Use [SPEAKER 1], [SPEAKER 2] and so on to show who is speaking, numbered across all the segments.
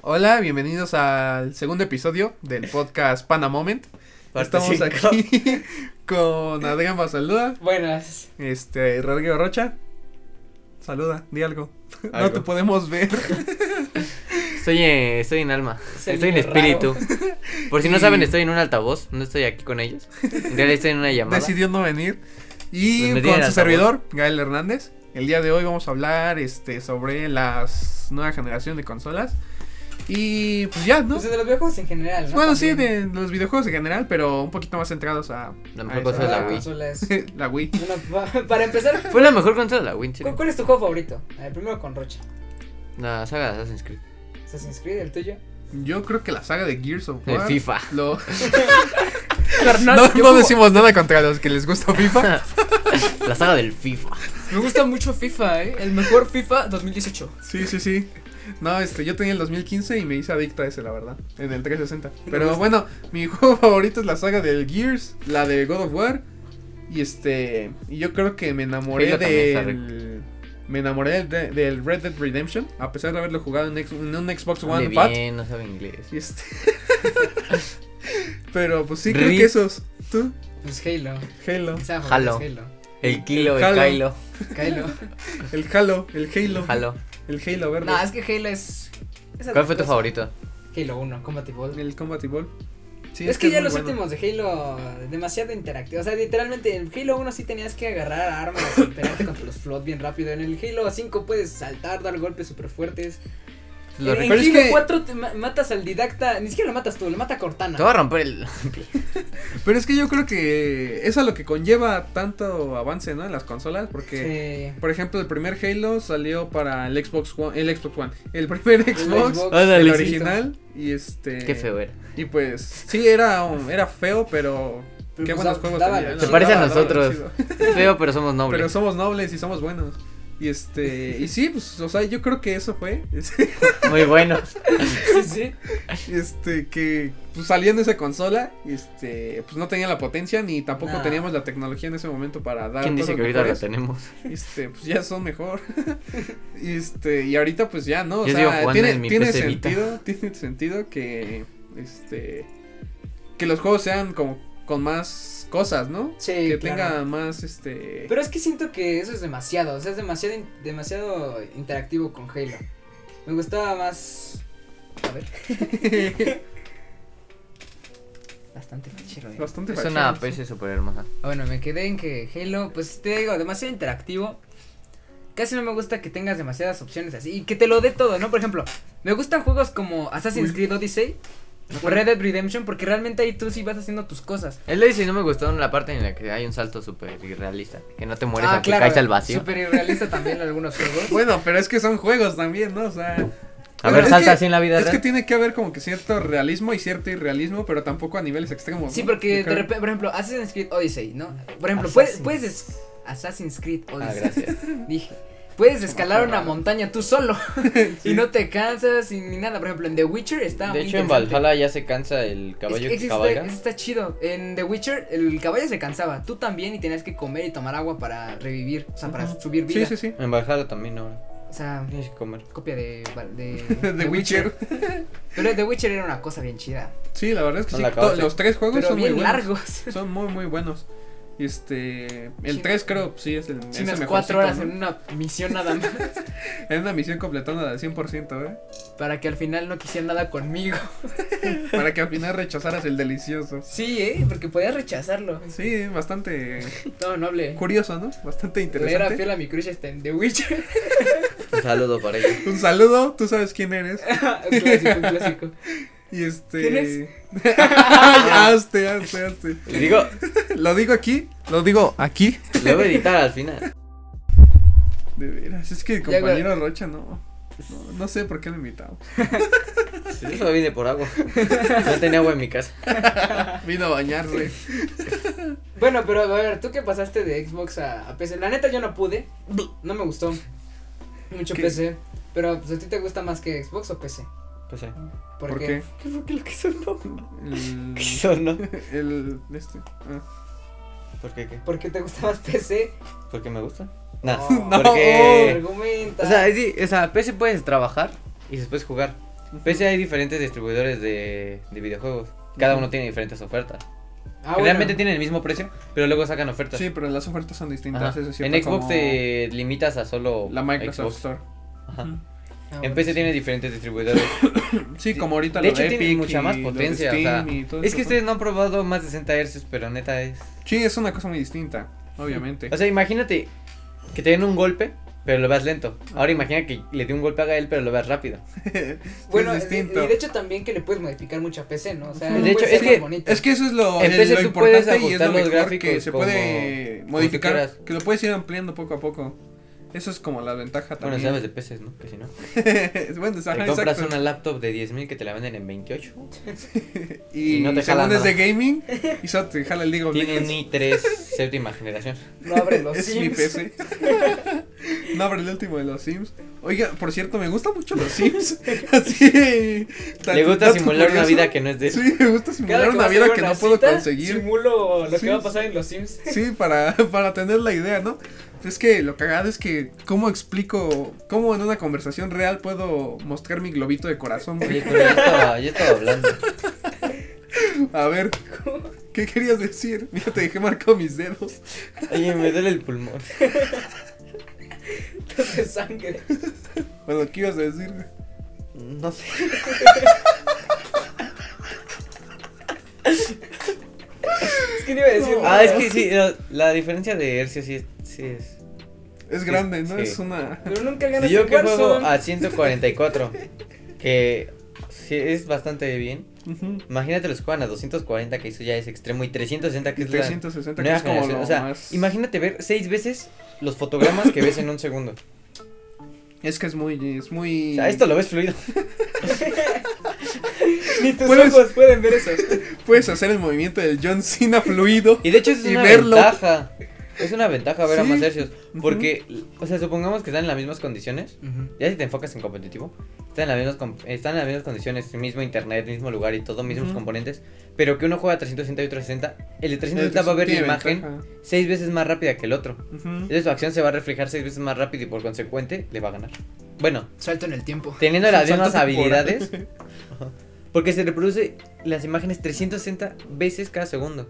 [SPEAKER 1] Hola, bienvenidos al segundo episodio del podcast Pana Moment.
[SPEAKER 2] Parte
[SPEAKER 1] Estamos
[SPEAKER 2] cinco.
[SPEAKER 1] aquí con Adrián Basaluda,
[SPEAKER 3] Buenas.
[SPEAKER 1] este, Rodrigo Rocha. Saluda, di algo. No
[SPEAKER 2] Algo.
[SPEAKER 1] te podemos ver.
[SPEAKER 2] Estoy en, estoy en alma,
[SPEAKER 3] Se
[SPEAKER 2] estoy en
[SPEAKER 3] vive raro.
[SPEAKER 2] espíritu. Por si no
[SPEAKER 1] Y-
[SPEAKER 2] saben, estoy en un altavoz, no estoy aquí con ellos. En realidad estoy en una llamada.
[SPEAKER 1] Decidió no venir.
[SPEAKER 2] Pues
[SPEAKER 1] Y
[SPEAKER 2] me
[SPEAKER 1] con
[SPEAKER 2] tienen
[SPEAKER 1] su
[SPEAKER 2] altavoz.
[SPEAKER 1] servidor, Gael Hernández. El día de hoy vamos a hablar este, sobre las nueva generación de consolas. Y pues ya, ¿no?
[SPEAKER 3] Pues de los viejos en general, ¿no?
[SPEAKER 1] Bueno, sí,
[SPEAKER 3] También.
[SPEAKER 1] de los videojuegos en general, pero un poquito más centrados a.
[SPEAKER 2] La
[SPEAKER 1] a eso.
[SPEAKER 2] mejor cosa de Pues la
[SPEAKER 3] Ah,
[SPEAKER 2] Wii.
[SPEAKER 3] consolas.
[SPEAKER 1] la Wii.
[SPEAKER 3] Bueno, pa- para empezar,
[SPEAKER 2] Fue la mejor consola, la Win,
[SPEAKER 3] ¿cu- ¿cuál es tu juego favorito? El primero con Rocha.
[SPEAKER 2] La saga de Assassin's Creed.
[SPEAKER 3] Assassin's Creed, el tuyo.
[SPEAKER 1] Yo creo que la saga de Gears of
[SPEAKER 2] El
[SPEAKER 1] War.
[SPEAKER 2] FIFA.
[SPEAKER 1] Lo...
[SPEAKER 2] Carnal,
[SPEAKER 1] no
[SPEAKER 2] yo
[SPEAKER 1] no
[SPEAKER 2] como-
[SPEAKER 1] decimos nada contra los que les gusta FIFA.
[SPEAKER 2] La saga del FIFA.
[SPEAKER 4] Me gusta mucho FIFA, ¿eh? El mejor FIFA 2018.
[SPEAKER 1] Sí, sí, sí. No, este, yo tenía el 2015 y me hice adicto a ese, la verdad. En el 360. Pero bueno, mi juego favorito es la saga del Gears, la de God of War. Y este. Y yo creo que me enamoré
[SPEAKER 2] Halo también está
[SPEAKER 1] del. Me enamoré del, del Red Dead Redemption. A pesar de haberlo jugado en, ex- en un Xbox One
[SPEAKER 2] Ande
[SPEAKER 1] Fat.
[SPEAKER 2] bien, no sabe inglés.
[SPEAKER 1] Y este. Pero pues sí, creo
[SPEAKER 2] Rip.
[SPEAKER 1] que esos. Tú,
[SPEAKER 3] Pues Halo.
[SPEAKER 1] Halo.
[SPEAKER 3] Esa favorita
[SPEAKER 2] Halo.
[SPEAKER 3] es Halo.
[SPEAKER 2] El kilo, el
[SPEAKER 1] Halo.
[SPEAKER 2] Kylo.
[SPEAKER 3] Halo.
[SPEAKER 1] El Halo, el Halo.
[SPEAKER 2] Halo.
[SPEAKER 1] El Halo verde.
[SPEAKER 3] no, es que Halo es. es
[SPEAKER 2] ¿Cuál fue tu
[SPEAKER 3] otra cosa.
[SPEAKER 2] favorito?
[SPEAKER 3] Halo 1, Combat Evolved.
[SPEAKER 1] El Combat Evolved. Sí,
[SPEAKER 3] es, que, ya
[SPEAKER 1] es muy
[SPEAKER 3] los
[SPEAKER 1] bueno.
[SPEAKER 3] últimos de Halo, demasiado interactivo. O sea, literalmente en Halo 1 sí tenías que agarrar armas y pelearte contra los flots bien rápido. En el Halo 5 puedes saltar, dar golpes súper fuertes.
[SPEAKER 2] Lo
[SPEAKER 3] en en
[SPEAKER 1] Pero
[SPEAKER 3] Halo
[SPEAKER 1] es que-
[SPEAKER 3] 4 te ma- matas al didacta. Ni siquiera lo matas tú, lo mata Cortana.
[SPEAKER 2] Te voy a romper el.
[SPEAKER 1] Pero es que yo creo que es a lo que conlleva tanto avance, ¿no? En las consolas. Porque,
[SPEAKER 3] Sí.
[SPEAKER 1] por ejemplo, el primer Halo salió para el Xbox One. El Xbox One. El primer Xbox.
[SPEAKER 3] Xbox.
[SPEAKER 1] Ah, El
[SPEAKER 2] Ándale, sí.
[SPEAKER 1] original. Y este.
[SPEAKER 2] Qué feo eh. era.
[SPEAKER 1] Y pues, sí, era, un- era feo, pero.
[SPEAKER 3] Pero,
[SPEAKER 1] qué
[SPEAKER 3] pues,
[SPEAKER 1] buenos
[SPEAKER 3] da-
[SPEAKER 1] juegos
[SPEAKER 3] daba
[SPEAKER 1] tenía,
[SPEAKER 3] lo
[SPEAKER 1] ¿no?
[SPEAKER 2] Se parece a
[SPEAKER 1] Daba- daba lo
[SPEAKER 2] nosotros.
[SPEAKER 1] chido.
[SPEAKER 2] Feo, pero somos
[SPEAKER 1] Pero
[SPEAKER 2] nobles.
[SPEAKER 1] somos nobles y somos buenos. Y este, y sí, pues, o sea, yo creo que eso fue.
[SPEAKER 2] Muy buenos.
[SPEAKER 3] Sí, sí.
[SPEAKER 1] Este, que pues, saliendo esa consola, este, pues no tenía la potencia ni tampoco
[SPEAKER 3] No.
[SPEAKER 1] teníamos la tecnología en ese momento para dar.
[SPEAKER 2] ¿Quién dice
[SPEAKER 1] cosas
[SPEAKER 2] que ahorita lo
[SPEAKER 1] mejores.
[SPEAKER 2] tenemos?
[SPEAKER 1] Este, pues ya son mejor. este, y ahorita pues ya no. O
[SPEAKER 2] Yo sigo
[SPEAKER 1] sea,
[SPEAKER 2] jugando
[SPEAKER 1] tiene,
[SPEAKER 2] en mi
[SPEAKER 1] tiene
[SPEAKER 2] PC Vita.
[SPEAKER 1] sentido, tiene sentido que, este, que los juegos sean como con más cosas, ¿no?
[SPEAKER 3] Sí,
[SPEAKER 1] que
[SPEAKER 3] claro.
[SPEAKER 1] tenga más, este.
[SPEAKER 3] Pero es que siento que eso es demasiado, o sea, es demasiado, in- demasiado interactivo con Halo. Me gustaba más... A ver. Bastante fachero, eh.
[SPEAKER 1] bastante
[SPEAKER 2] Es una
[SPEAKER 1] fachero, sí.
[SPEAKER 2] PC súper hermosa.
[SPEAKER 3] Ah, Bueno, me quedé en que Halo, pues te digo, demasiado interactivo. Casi no me gusta que tengas demasiadas opciones así y que te lo dé todo, ¿no? Por ejemplo, me gustan juegos como Assassin's Creed Odyssey o Red Dead Redemption porque realmente ahí tú sí vas haciendo tus cosas.
[SPEAKER 2] El Odyssey no me gustó en la parte en la que hay un salto súper irrealista. Que no te mueres aunque caes al vacío.
[SPEAKER 3] Ah, Súper irrealista también algunos juegos.
[SPEAKER 1] Bueno, pero es que son juegos también, ¿no? O sea.
[SPEAKER 2] A
[SPEAKER 1] pero
[SPEAKER 2] ver,
[SPEAKER 1] es
[SPEAKER 2] salta
[SPEAKER 1] que-
[SPEAKER 2] así en la vida
[SPEAKER 1] Es que
[SPEAKER 2] real.
[SPEAKER 1] tiene que haber como que cierto realismo y cierto irrealismo, pero tampoco a niveles extremos.
[SPEAKER 3] Sí,
[SPEAKER 1] ¿no?
[SPEAKER 3] porque
[SPEAKER 1] Yo
[SPEAKER 3] de
[SPEAKER 1] creo-
[SPEAKER 3] repente, por ejemplo, Assassin's Creed Odyssey, ¿no? Por ejemplo, puedes,
[SPEAKER 2] Assassin's.
[SPEAKER 3] puedes es- Assassin's Creed
[SPEAKER 2] Ah,
[SPEAKER 3] Odyssey.
[SPEAKER 2] gracias.
[SPEAKER 3] Dije, puedes escalar una montaña tú solo y no te cansas y ni nada. Por ejemplo, en The Witcher está
[SPEAKER 2] De
[SPEAKER 3] muy
[SPEAKER 2] hecho, en
[SPEAKER 3] interesante. este-
[SPEAKER 2] Valhalla ya se cansa el
[SPEAKER 3] Es-
[SPEAKER 2] caballo
[SPEAKER 3] es-
[SPEAKER 2] que
[SPEAKER 3] está-
[SPEAKER 2] cabalga.
[SPEAKER 3] eso está chido. En The Witcher el caballo se cansaba, tú también y tenías que comer y tomar agua para revivir, o sea, para
[SPEAKER 1] Ujú.
[SPEAKER 3] subir vida.
[SPEAKER 1] Sí, sí, sí.
[SPEAKER 2] En Valhalla también ahora.
[SPEAKER 3] O sea,
[SPEAKER 2] Tienes que comer.
[SPEAKER 3] copia de Val- de,
[SPEAKER 1] The Witcher.
[SPEAKER 3] Pero The Witcher era una cosa bien chida,
[SPEAKER 1] Sí, la verdad es que
[SPEAKER 2] No
[SPEAKER 1] sí.
[SPEAKER 2] la
[SPEAKER 1] to-
[SPEAKER 2] acabaste.
[SPEAKER 1] Los tres juegos
[SPEAKER 3] pero
[SPEAKER 1] son muy
[SPEAKER 3] bien
[SPEAKER 1] buenos.
[SPEAKER 3] largos.
[SPEAKER 1] Son muy, muy buenos. Este. El
[SPEAKER 3] Sí.
[SPEAKER 1] 3 creo, sí, es el. es
[SPEAKER 3] Sí,
[SPEAKER 1] el
[SPEAKER 3] unas
[SPEAKER 1] mejorcito,
[SPEAKER 3] cuatro horas
[SPEAKER 1] ¿no?
[SPEAKER 3] en una misión nada más.
[SPEAKER 1] En una misión completada del 100%, ¿eh?
[SPEAKER 3] Para que al final no quisiera nada conmigo.
[SPEAKER 1] Para que al final rechazaras el delicioso.
[SPEAKER 3] Sí, ¿eh? Porque podías rechazarlo.
[SPEAKER 1] Sí, bastante
[SPEAKER 3] Todo noble.
[SPEAKER 1] curioso, ¿no? Bastante
[SPEAKER 3] Le era
[SPEAKER 1] interesante.
[SPEAKER 3] fiel a mi crush este en The Witcher.
[SPEAKER 2] Un saludo para ellos.
[SPEAKER 1] Un saludo, tú sabes quién eres.
[SPEAKER 3] un clásico, un clásico.
[SPEAKER 1] Y este.
[SPEAKER 3] ¿Quién es?
[SPEAKER 1] hazte, hazte, hazte.
[SPEAKER 2] Le digo,
[SPEAKER 1] Lo digo aquí, lo digo aquí.
[SPEAKER 2] le voy a editar al final.
[SPEAKER 1] De veras, es que el
[SPEAKER 3] Ya, güey.
[SPEAKER 1] compañero Rocha no, no. no sé por qué lo invitamos.
[SPEAKER 2] Eso vine por agua. No tenía agua en mi casa.
[SPEAKER 3] Ah.
[SPEAKER 1] Vino a bañarse.
[SPEAKER 3] Bueno, pero a ver, ¿tú qué pasaste de Xbox a, a PC? La neta yo no pude. No me gustó mucho
[SPEAKER 1] ¿Qué?
[SPEAKER 3] PC. Pero pues a ti te gusta más que Xbox o PC.
[SPEAKER 2] Pues sí.
[SPEAKER 3] ¿Por,
[SPEAKER 1] ¿Por
[SPEAKER 3] qué?
[SPEAKER 1] qué?
[SPEAKER 3] ¿Qué fue que lo que sonó?
[SPEAKER 1] El.
[SPEAKER 2] Eso no.
[SPEAKER 1] el este. ah.
[SPEAKER 2] ¿Por qué qué?
[SPEAKER 3] ¿Por qué te gusta más PC?
[SPEAKER 2] ¿Porque me gusta? No.
[SPEAKER 3] Oh,
[SPEAKER 1] No.
[SPEAKER 2] Porque.
[SPEAKER 3] Argumenta.
[SPEAKER 2] O sea, sí, o sea, PC puedes trabajar y después jugar. Pese hay diferentes distribuidores de, de videojuegos. Cada uno tiene diferentes ofertas.
[SPEAKER 5] Ah,
[SPEAKER 2] Generalmente
[SPEAKER 5] bueno.
[SPEAKER 2] tienen el mismo precio, pero luego sacan ofertas.
[SPEAKER 1] Sí, pero las ofertas son
[SPEAKER 2] Ajá.
[SPEAKER 1] distintas. Eso es
[SPEAKER 2] en
[SPEAKER 1] cierto,
[SPEAKER 2] Xbox
[SPEAKER 1] como
[SPEAKER 2] te limitas a solo
[SPEAKER 1] La Microsoft
[SPEAKER 2] Xbox.
[SPEAKER 1] Store.
[SPEAKER 2] Ajá.
[SPEAKER 1] Ujú.
[SPEAKER 3] Ah,
[SPEAKER 2] En
[SPEAKER 3] bueno,
[SPEAKER 2] PC
[SPEAKER 3] sí.
[SPEAKER 2] tiene diferentes distribuidores.
[SPEAKER 1] Sí,
[SPEAKER 2] Sí.
[SPEAKER 1] como ahorita
[SPEAKER 2] De
[SPEAKER 1] lo
[SPEAKER 2] hecho,
[SPEAKER 1] de
[SPEAKER 2] tiene
[SPEAKER 1] Epic
[SPEAKER 2] mucha más
[SPEAKER 1] y lo de
[SPEAKER 2] potencia, o
[SPEAKER 1] Steam
[SPEAKER 2] sea,
[SPEAKER 1] y todo
[SPEAKER 2] Es
[SPEAKER 1] eso,
[SPEAKER 2] que este
[SPEAKER 1] ¿no?
[SPEAKER 2] ustedes no han probado más de 60 Hz, pero neta es.
[SPEAKER 1] Sí, es una cosa muy distinta, obviamente.
[SPEAKER 2] O sea, imagínate que te den un golpe, pero lo veas lento. Ahora imagina que le dé un golpe a Gael, pero lo veas rápido.
[SPEAKER 1] Sí,
[SPEAKER 3] eh,
[SPEAKER 5] Bueno,
[SPEAKER 1] es
[SPEAKER 5] y-
[SPEAKER 1] distinto.
[SPEAKER 5] y de hecho también que le puedes modificar mucho a PC, ¿no? O sea,
[SPEAKER 2] De
[SPEAKER 5] no
[SPEAKER 2] hecho,
[SPEAKER 3] pues,
[SPEAKER 5] puede
[SPEAKER 2] es
[SPEAKER 5] ser más
[SPEAKER 2] que-
[SPEAKER 5] bonito.
[SPEAKER 1] Es que eso es lo,
[SPEAKER 2] En
[SPEAKER 1] el-
[SPEAKER 2] PC
[SPEAKER 1] lo
[SPEAKER 2] tú puedes
[SPEAKER 1] importante y es
[SPEAKER 2] ajustar
[SPEAKER 1] lo
[SPEAKER 2] los
[SPEAKER 1] mejor que
[SPEAKER 2] gráficos
[SPEAKER 1] se
[SPEAKER 2] como-
[SPEAKER 1] puede
[SPEAKER 2] como tú
[SPEAKER 1] modificar,
[SPEAKER 2] quieras.
[SPEAKER 1] que lo puedes ir ampliando poco a poco. Eso es como la ventaja
[SPEAKER 2] Bueno,
[SPEAKER 1] también.
[SPEAKER 2] sabes de peces, ¿no? Que si no.
[SPEAKER 1] bueno,
[SPEAKER 2] Te
[SPEAKER 1] ajá,
[SPEAKER 2] compras
[SPEAKER 1] exacto.
[SPEAKER 2] una laptop de 10.000 que te la venden en 28.
[SPEAKER 1] Y,
[SPEAKER 2] y no te
[SPEAKER 1] según
[SPEAKER 2] jala
[SPEAKER 1] es de gaming, y solo te jala el League of
[SPEAKER 2] Tiene un
[SPEAKER 1] Legends.
[SPEAKER 2] i3 séptima generación.
[SPEAKER 5] No abre los
[SPEAKER 1] Es mi
[SPEAKER 5] Sims.
[SPEAKER 1] PC. no, pero el último de los Sims. Oiga, por cierto, me gustan mucho los Sims. Así.
[SPEAKER 2] Le gusta simular una vida que no es de él.
[SPEAKER 1] Sí, me gusta
[SPEAKER 3] Cada
[SPEAKER 1] simular
[SPEAKER 3] que
[SPEAKER 1] una
[SPEAKER 3] vas a
[SPEAKER 1] vida
[SPEAKER 3] ver
[SPEAKER 1] que
[SPEAKER 3] una
[SPEAKER 1] no puedo
[SPEAKER 3] cita,
[SPEAKER 1] conseguir.
[SPEAKER 3] Simulo lo
[SPEAKER 1] Sí.
[SPEAKER 3] que va a pasar en los Sims.
[SPEAKER 1] Sí, para, para tener la idea, ¿no? Es que lo cagado es que, ¿cómo explico? ¿Cómo en una conversación real puedo mostrar mi globito de corazón,
[SPEAKER 2] Oye,
[SPEAKER 1] güey?
[SPEAKER 2] pero yo estaba, yo estaba hablando.
[SPEAKER 1] A ver, ¿qué querías decir? Mira, te dejé marcado mis dedos.
[SPEAKER 2] Oye, me duele el pulmón.
[SPEAKER 3] de sangre.
[SPEAKER 1] Bueno, ¿qué ibas a decir? güey?
[SPEAKER 2] No sé.
[SPEAKER 3] Es que no iba a decir.
[SPEAKER 1] No.
[SPEAKER 3] nada.
[SPEAKER 2] Ah, es que sí, la, la diferencia de Hercio sí es. Sí es.
[SPEAKER 1] Es grande, ¿no?
[SPEAKER 2] Sí.
[SPEAKER 1] Es una...
[SPEAKER 3] Pero nunca ganas
[SPEAKER 2] Si yo
[SPEAKER 3] en
[SPEAKER 2] que juego
[SPEAKER 3] Warzone.
[SPEAKER 2] a 144, que sí es bastante bien.
[SPEAKER 1] Ujú.
[SPEAKER 2] Imagínate los que juegan a 240, que eso ya es extremo, y 360, que
[SPEAKER 1] Y
[SPEAKER 2] es la
[SPEAKER 1] 360, que
[SPEAKER 2] nueva
[SPEAKER 1] es como
[SPEAKER 2] generación.
[SPEAKER 1] lo
[SPEAKER 2] O sea,
[SPEAKER 1] más...
[SPEAKER 2] imagínate ver seis veces los fotogramas que ves en un segundo.
[SPEAKER 1] Es que es muy... Es
[SPEAKER 2] O
[SPEAKER 1] muy...
[SPEAKER 2] sea, esto lo ves fluido.
[SPEAKER 3] Ni tus
[SPEAKER 1] Puedes-
[SPEAKER 3] ojos pueden ver eso.
[SPEAKER 1] Puedes hacer el movimiento del John Cena fluido.
[SPEAKER 2] Y de hecho es
[SPEAKER 1] Y
[SPEAKER 2] una
[SPEAKER 1] verlo.
[SPEAKER 2] ventaja. Es una ventaja ver a
[SPEAKER 1] Sí.
[SPEAKER 2] más hercios.
[SPEAKER 1] Ujú.
[SPEAKER 2] Porque, o sea, supongamos que están en las mismas condiciones. Ya si te enfocas en competitivo, están en las mismas, com- están en las mismas condiciones, mismo internet, mismo lugar y todo, mismos
[SPEAKER 1] Ujú.
[SPEAKER 2] componentes. Pero que uno juega 360 y otro 60, el de 360 va a ver la
[SPEAKER 1] Tiene
[SPEAKER 2] imagen
[SPEAKER 1] ventaja.
[SPEAKER 2] seis veces más rápida que el otro.
[SPEAKER 1] Ujú.
[SPEAKER 2] Entonces su acción se va a reflejar seis veces más rápido y por consecuente le va a ganar. Bueno,
[SPEAKER 5] Salto en el tiempo.
[SPEAKER 2] teniendo
[SPEAKER 1] Es un
[SPEAKER 2] las mismas
[SPEAKER 1] salto temporal.
[SPEAKER 2] habilidades, ajá, porque se reproduce las imágenes 360 veces cada segundo.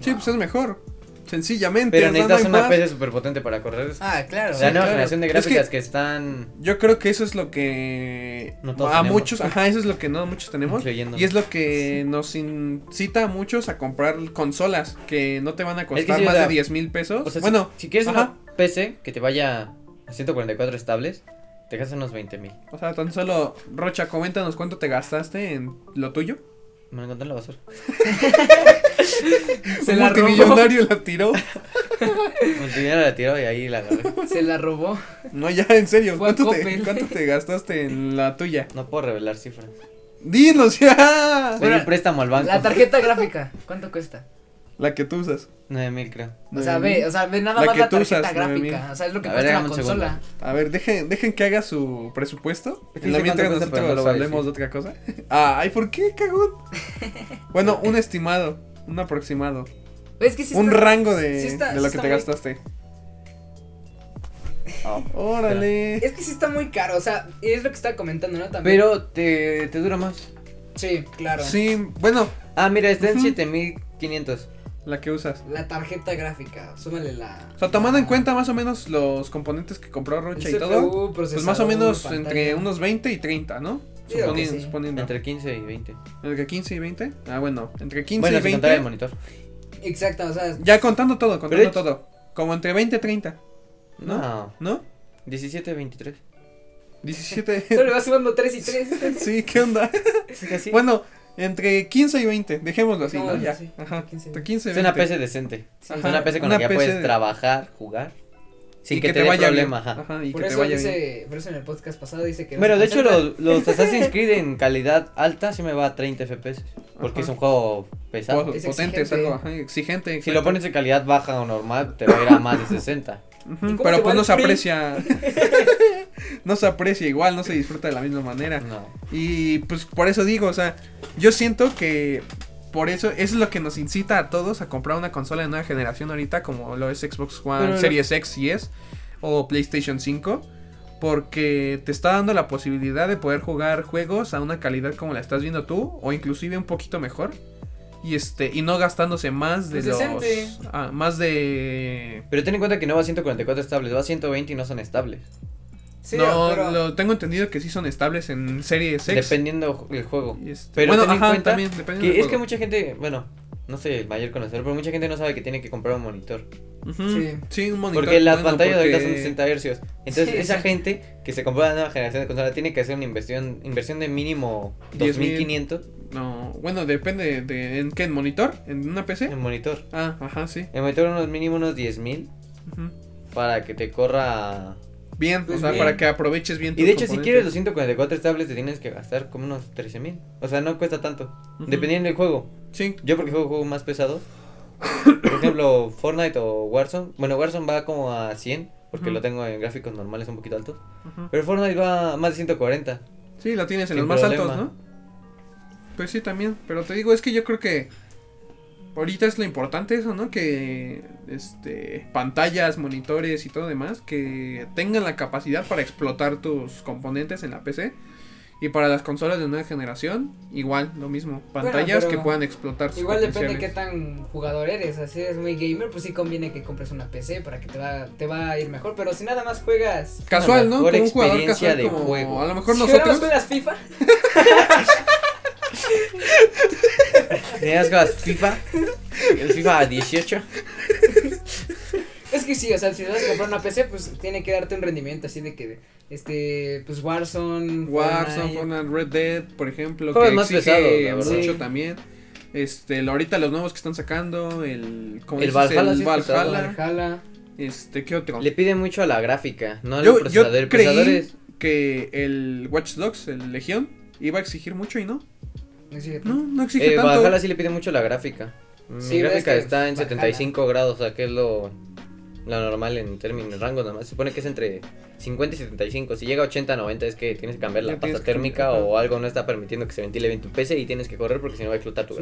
[SPEAKER 1] Sí, pues es mejor. Sencillamente.
[SPEAKER 2] Pero
[SPEAKER 1] o sea, no
[SPEAKER 2] necesitas
[SPEAKER 1] hay
[SPEAKER 2] una
[SPEAKER 1] más.
[SPEAKER 2] PC súper potente para correr eso.
[SPEAKER 5] Ah, claro.
[SPEAKER 2] la
[SPEAKER 1] sí,
[SPEAKER 2] nueva
[SPEAKER 1] claro.
[SPEAKER 2] generación de
[SPEAKER 1] Es
[SPEAKER 2] gráficas
[SPEAKER 1] que-
[SPEAKER 2] que están
[SPEAKER 1] Yo creo que eso es lo que
[SPEAKER 2] No todos
[SPEAKER 1] a
[SPEAKER 2] tenemos.
[SPEAKER 1] muchos, ajá, eso es lo que no muchos tenemos
[SPEAKER 2] Incluyéndonos.
[SPEAKER 1] y es lo que nos incita a muchos a comprar consolas que no te van a costar
[SPEAKER 2] sí, o
[SPEAKER 1] más
[SPEAKER 2] sea,
[SPEAKER 1] de 10 mil pesos.
[SPEAKER 2] O sea, si-
[SPEAKER 1] bueno,
[SPEAKER 2] si, quieres
[SPEAKER 1] ajá.
[SPEAKER 2] una PC que te vaya a 144 estables, te gastas unos 20 mil.
[SPEAKER 1] o sea, tan solo Rocha, coméntanos cuánto te gastaste en lo tuyo.
[SPEAKER 2] Me lo encontré en la basura.
[SPEAKER 5] Se
[SPEAKER 1] Un
[SPEAKER 5] la robó.
[SPEAKER 1] multimillonario la tiró.
[SPEAKER 2] El dinero la tiró y ahí la agarré.
[SPEAKER 5] Se la robó.
[SPEAKER 1] No, ya, en serio,
[SPEAKER 5] Fue a
[SPEAKER 1] ¿cuánto te,
[SPEAKER 5] Coppel.
[SPEAKER 1] cuánto te gastaste en la tuya?
[SPEAKER 2] No puedo revelar cifras.
[SPEAKER 1] Dinos ya.
[SPEAKER 2] Pedí
[SPEAKER 5] Bueno,
[SPEAKER 2] préstamo al banco.
[SPEAKER 5] La tarjeta gráfica. ¿Cuánto cuesta?
[SPEAKER 1] La que tú usas.
[SPEAKER 2] 9 mil, creo.
[SPEAKER 5] O sea, ve, o sea, ve nada
[SPEAKER 1] La
[SPEAKER 5] más
[SPEAKER 1] que
[SPEAKER 5] la
[SPEAKER 1] tú
[SPEAKER 5] tarjeta
[SPEAKER 1] usas, nueve mil.
[SPEAKER 5] gráfica. O sea, es lo que
[SPEAKER 2] A ver,
[SPEAKER 5] cuesta la
[SPEAKER 2] dame un segundo.
[SPEAKER 5] consola.
[SPEAKER 1] A ver, dejen, dejen que haga su presupuesto.
[SPEAKER 2] Es que
[SPEAKER 1] En la
[SPEAKER 2] sé cuánto
[SPEAKER 1] mientras
[SPEAKER 2] cuesta, pero no
[SPEAKER 1] nosotros
[SPEAKER 2] lo voy a
[SPEAKER 1] hablemos de
[SPEAKER 2] decir.
[SPEAKER 1] otra cosa. Ah, Ay, ¿por qué, cagón? Bueno, un estimado, un aproximado,
[SPEAKER 5] Es que sí
[SPEAKER 1] un
[SPEAKER 5] está-
[SPEAKER 1] rango de,
[SPEAKER 5] sí está-
[SPEAKER 1] de lo
[SPEAKER 5] sí
[SPEAKER 1] que
[SPEAKER 5] está
[SPEAKER 1] te
[SPEAKER 5] muy-
[SPEAKER 1] gastaste.
[SPEAKER 5] Ah,
[SPEAKER 1] Órale.
[SPEAKER 5] Es que sí está muy caro. O sea, es lo que estaba comentando, ¿no? También.
[SPEAKER 2] Pero te, te dura más.
[SPEAKER 5] Sí, claro.
[SPEAKER 1] Sí, bueno,
[SPEAKER 2] Ah, mira, está en
[SPEAKER 1] Ujú.
[SPEAKER 2] 7500.
[SPEAKER 1] la que usas.
[SPEAKER 5] La tarjeta gráfica. Súmale la.
[SPEAKER 1] O sea, tomando en cuenta más o menos los componentes que compró Rocha y todo, pues más o menos entre unos 20 y 30, ¿no?
[SPEAKER 5] Sí, creo que
[SPEAKER 1] Suponi-
[SPEAKER 5] sí.
[SPEAKER 1] Suponiendo. Entre,
[SPEAKER 2] Entre 15 y 20.
[SPEAKER 1] 15 y 20. Ah, bueno, entre 15
[SPEAKER 2] bueno,
[SPEAKER 1] y
[SPEAKER 2] sin contar el
[SPEAKER 1] 20.
[SPEAKER 2] monitor.
[SPEAKER 5] Exacto, o sea.
[SPEAKER 1] Ya contando todo, contando
[SPEAKER 2] Pero-
[SPEAKER 1] todo. Como entre 20 y 30, ¿no?
[SPEAKER 2] No.
[SPEAKER 1] ¿no?
[SPEAKER 2] 17, 23.
[SPEAKER 1] 17.
[SPEAKER 5] Solo le vas sumando 3 y 3.
[SPEAKER 1] Sí, ¿qué onda?
[SPEAKER 2] Así.
[SPEAKER 1] Bueno, entre 15 y 20, dejémoslo así, ¿no?
[SPEAKER 5] Dejémoslo
[SPEAKER 1] Ya.
[SPEAKER 5] así,
[SPEAKER 1] Ajá.
[SPEAKER 5] 15 y
[SPEAKER 1] Entre 15 y
[SPEAKER 2] es
[SPEAKER 1] 20.
[SPEAKER 2] una PC decente.
[SPEAKER 5] Sí,
[SPEAKER 1] Ajá.
[SPEAKER 2] Es una PC con
[SPEAKER 1] Una
[SPEAKER 2] la que ya
[SPEAKER 1] PC
[SPEAKER 2] puedes
[SPEAKER 1] de-
[SPEAKER 2] trabajar, jugar. Sin
[SPEAKER 1] Y
[SPEAKER 2] que, te, dé
[SPEAKER 1] vaya
[SPEAKER 2] problema,
[SPEAKER 1] bien.
[SPEAKER 2] ajá.
[SPEAKER 1] y
[SPEAKER 5] Por
[SPEAKER 1] que te
[SPEAKER 5] eso,
[SPEAKER 1] vaya bien.
[SPEAKER 5] dice, por eso en el podcast pasado dice que.
[SPEAKER 2] Bueno, de hecho
[SPEAKER 5] concentra-
[SPEAKER 2] los, los Assassin's Creed en calidad alta sí me va a 30 FPS.
[SPEAKER 1] Ajá.
[SPEAKER 2] Porque es un juego pesado.
[SPEAKER 1] Po-
[SPEAKER 5] es
[SPEAKER 1] Pues, potente,
[SPEAKER 5] exigente.
[SPEAKER 1] es algo ajá, exigente.
[SPEAKER 2] Si lo
[SPEAKER 1] exacto.
[SPEAKER 2] pones en calidad baja o normal, te va a ir a más de 60.
[SPEAKER 1] Ujú,
[SPEAKER 5] ¿Y cómo te
[SPEAKER 1] Pero
[SPEAKER 5] va
[SPEAKER 1] pues
[SPEAKER 5] el
[SPEAKER 1] no se
[SPEAKER 5] free?
[SPEAKER 1] aprecia. no se aprecia igual, no se disfruta de la misma manera.
[SPEAKER 2] No.
[SPEAKER 1] Y pues por eso digo, o sea, yo siento que por eso, eso es lo que nos incita a todos a comprar una consola de nueva generación ahorita, como lo es Xbox One,
[SPEAKER 2] Pero lo-
[SPEAKER 1] Series X y S, o PlayStation 5. porque te está dando la posibilidad de poder jugar juegos a una calidad como la estás viendo tú o inclusive un poquito mejor y este y no gastándose más de
[SPEAKER 3] Pues
[SPEAKER 1] los
[SPEAKER 3] decente.
[SPEAKER 1] ah, más de
[SPEAKER 2] Pero ten en cuenta que no va a 144 estables, va a 120 y no son estables.
[SPEAKER 3] Sí,
[SPEAKER 1] no
[SPEAKER 3] pero-
[SPEAKER 1] lo tengo entendido que sí son estables en series X
[SPEAKER 2] Dependiendo ju- del juego.
[SPEAKER 1] Y este-
[SPEAKER 2] Pero
[SPEAKER 1] bueno
[SPEAKER 2] ten en
[SPEAKER 1] ajá
[SPEAKER 2] cuenta
[SPEAKER 1] también dependiendo
[SPEAKER 2] que
[SPEAKER 1] del
[SPEAKER 2] es que
[SPEAKER 1] juego.
[SPEAKER 2] mucha gente, bueno, no soy el mayor conocedor, pero mucha gente no sabe que tiene que comprar un monitor.
[SPEAKER 1] Ujú,
[SPEAKER 3] Sí.
[SPEAKER 1] sí un monitor
[SPEAKER 2] Porque las
[SPEAKER 1] bueno,
[SPEAKER 2] pantallas de ahorita son
[SPEAKER 1] porque-
[SPEAKER 2] 60 hercios. Entonces,
[SPEAKER 3] Sí,
[SPEAKER 2] esa
[SPEAKER 3] sí.
[SPEAKER 2] gente que se compra la nueva generación de consola tiene que hacer una inversión inversión de mínimo
[SPEAKER 1] 10,000.
[SPEAKER 2] 2500
[SPEAKER 1] no bueno depende de en qué en monitor en una PC
[SPEAKER 2] en monitor.
[SPEAKER 1] ah ajá sí
[SPEAKER 2] El monitor unos mínimo unos 10000
[SPEAKER 1] Ujú.
[SPEAKER 2] para que te corra
[SPEAKER 1] bien o
[SPEAKER 3] Pues
[SPEAKER 1] sea
[SPEAKER 3] bien.
[SPEAKER 1] para que aproveches bien
[SPEAKER 2] Y de hecho, si quieres
[SPEAKER 1] los
[SPEAKER 2] los 144 estables te tienes que gastar como unos 13000. O sea, no cuesta tanto,
[SPEAKER 1] Ujú.
[SPEAKER 2] dependiendo del juego.
[SPEAKER 1] sí
[SPEAKER 2] Yo porque juego juegos más pesados. Por ejemplo, Fortnite o Warzone. Bueno, Warzone va como a 100 porque
[SPEAKER 1] Ujú.
[SPEAKER 2] lo tengo en gráficos normales un poquito altos.
[SPEAKER 1] Ujú.
[SPEAKER 2] Pero Fortnite va a más de 140.
[SPEAKER 1] Sí, la tienes en los
[SPEAKER 2] Sin
[SPEAKER 1] más
[SPEAKER 2] problema.
[SPEAKER 1] altos, ¿no? Pues sí, también. Pero te digo, es que yo creo que ahorita es lo importante eso, ¿no? Que este pantallas, monitores y todo demás, que tengan la capacidad para explotar tus componentes en la PC. Y para las consolas de nueva generación, igual, lo mismo. Pantallas
[SPEAKER 3] pero
[SPEAKER 1] que puedan explotar sus
[SPEAKER 3] Igual depende qué
[SPEAKER 1] potenciales.
[SPEAKER 3] tan jugador eres, así es muy gamer, pues sí conviene que compres una PC para que te va, te va a ir mejor, pero si nada más juegas...
[SPEAKER 1] Casual, ¿no?
[SPEAKER 2] Mejor
[SPEAKER 1] Como un jugador
[SPEAKER 2] experiencia
[SPEAKER 1] casual,
[SPEAKER 2] de
[SPEAKER 1] como
[SPEAKER 2] juego.
[SPEAKER 1] a lo mejor
[SPEAKER 3] si nada más
[SPEAKER 1] nosotros.
[SPEAKER 3] juegas FIFA,
[SPEAKER 2] Tenías las FIFA. El FIFA 18.
[SPEAKER 3] es que sí, o sea, si vas a comprar una PC, pues tiene que darte un rendimiento así de que, este, pues Warzone...
[SPEAKER 1] Warzone,
[SPEAKER 3] Fortnite,
[SPEAKER 1] Fortnite, Red Dead, por ejemplo,
[SPEAKER 2] Juegos
[SPEAKER 1] que
[SPEAKER 2] más
[SPEAKER 1] exige
[SPEAKER 2] pesados, la verdad.
[SPEAKER 1] mucho
[SPEAKER 3] Sí.
[SPEAKER 1] también. Este, lo- ahorita los nuevos que están sacando, el ¿cómo
[SPEAKER 2] El
[SPEAKER 1] dices?
[SPEAKER 2] Valhalla
[SPEAKER 1] El
[SPEAKER 2] sí es pesado.
[SPEAKER 1] Valhalla,
[SPEAKER 3] Valhalla.
[SPEAKER 1] este, ¿qué otro?
[SPEAKER 2] Le pide mucho a la gráfica, no al
[SPEAKER 1] Yo- yo
[SPEAKER 2] procesador. El
[SPEAKER 1] creí-
[SPEAKER 2] procesador es-
[SPEAKER 1] Que el Watch Dogs, el Legión, iba a exigir mucho y no.
[SPEAKER 3] no es cierto.
[SPEAKER 1] No, no exige
[SPEAKER 2] Eh,
[SPEAKER 1] tanto.
[SPEAKER 2] Valhalla sí le pide mucho la gráfica. Mi
[SPEAKER 3] Sí, ves
[SPEAKER 2] gráfica
[SPEAKER 3] que
[SPEAKER 2] está en
[SPEAKER 3] Valhalla.
[SPEAKER 2] 75 grados, o sea que es lo, lo normal en términos rango normal. Se supone que es entre 50 y 75. Si llega a 80, 90 es que tienes que cambiar
[SPEAKER 1] Ya
[SPEAKER 2] la
[SPEAKER 1] tienes
[SPEAKER 2] pasta
[SPEAKER 1] que cambiar,
[SPEAKER 2] térmica
[SPEAKER 1] ajá.
[SPEAKER 2] o algo no está permitiendo que se ventile bien tu PC y tienes que correr porque si no va a explotar tu
[SPEAKER 3] Es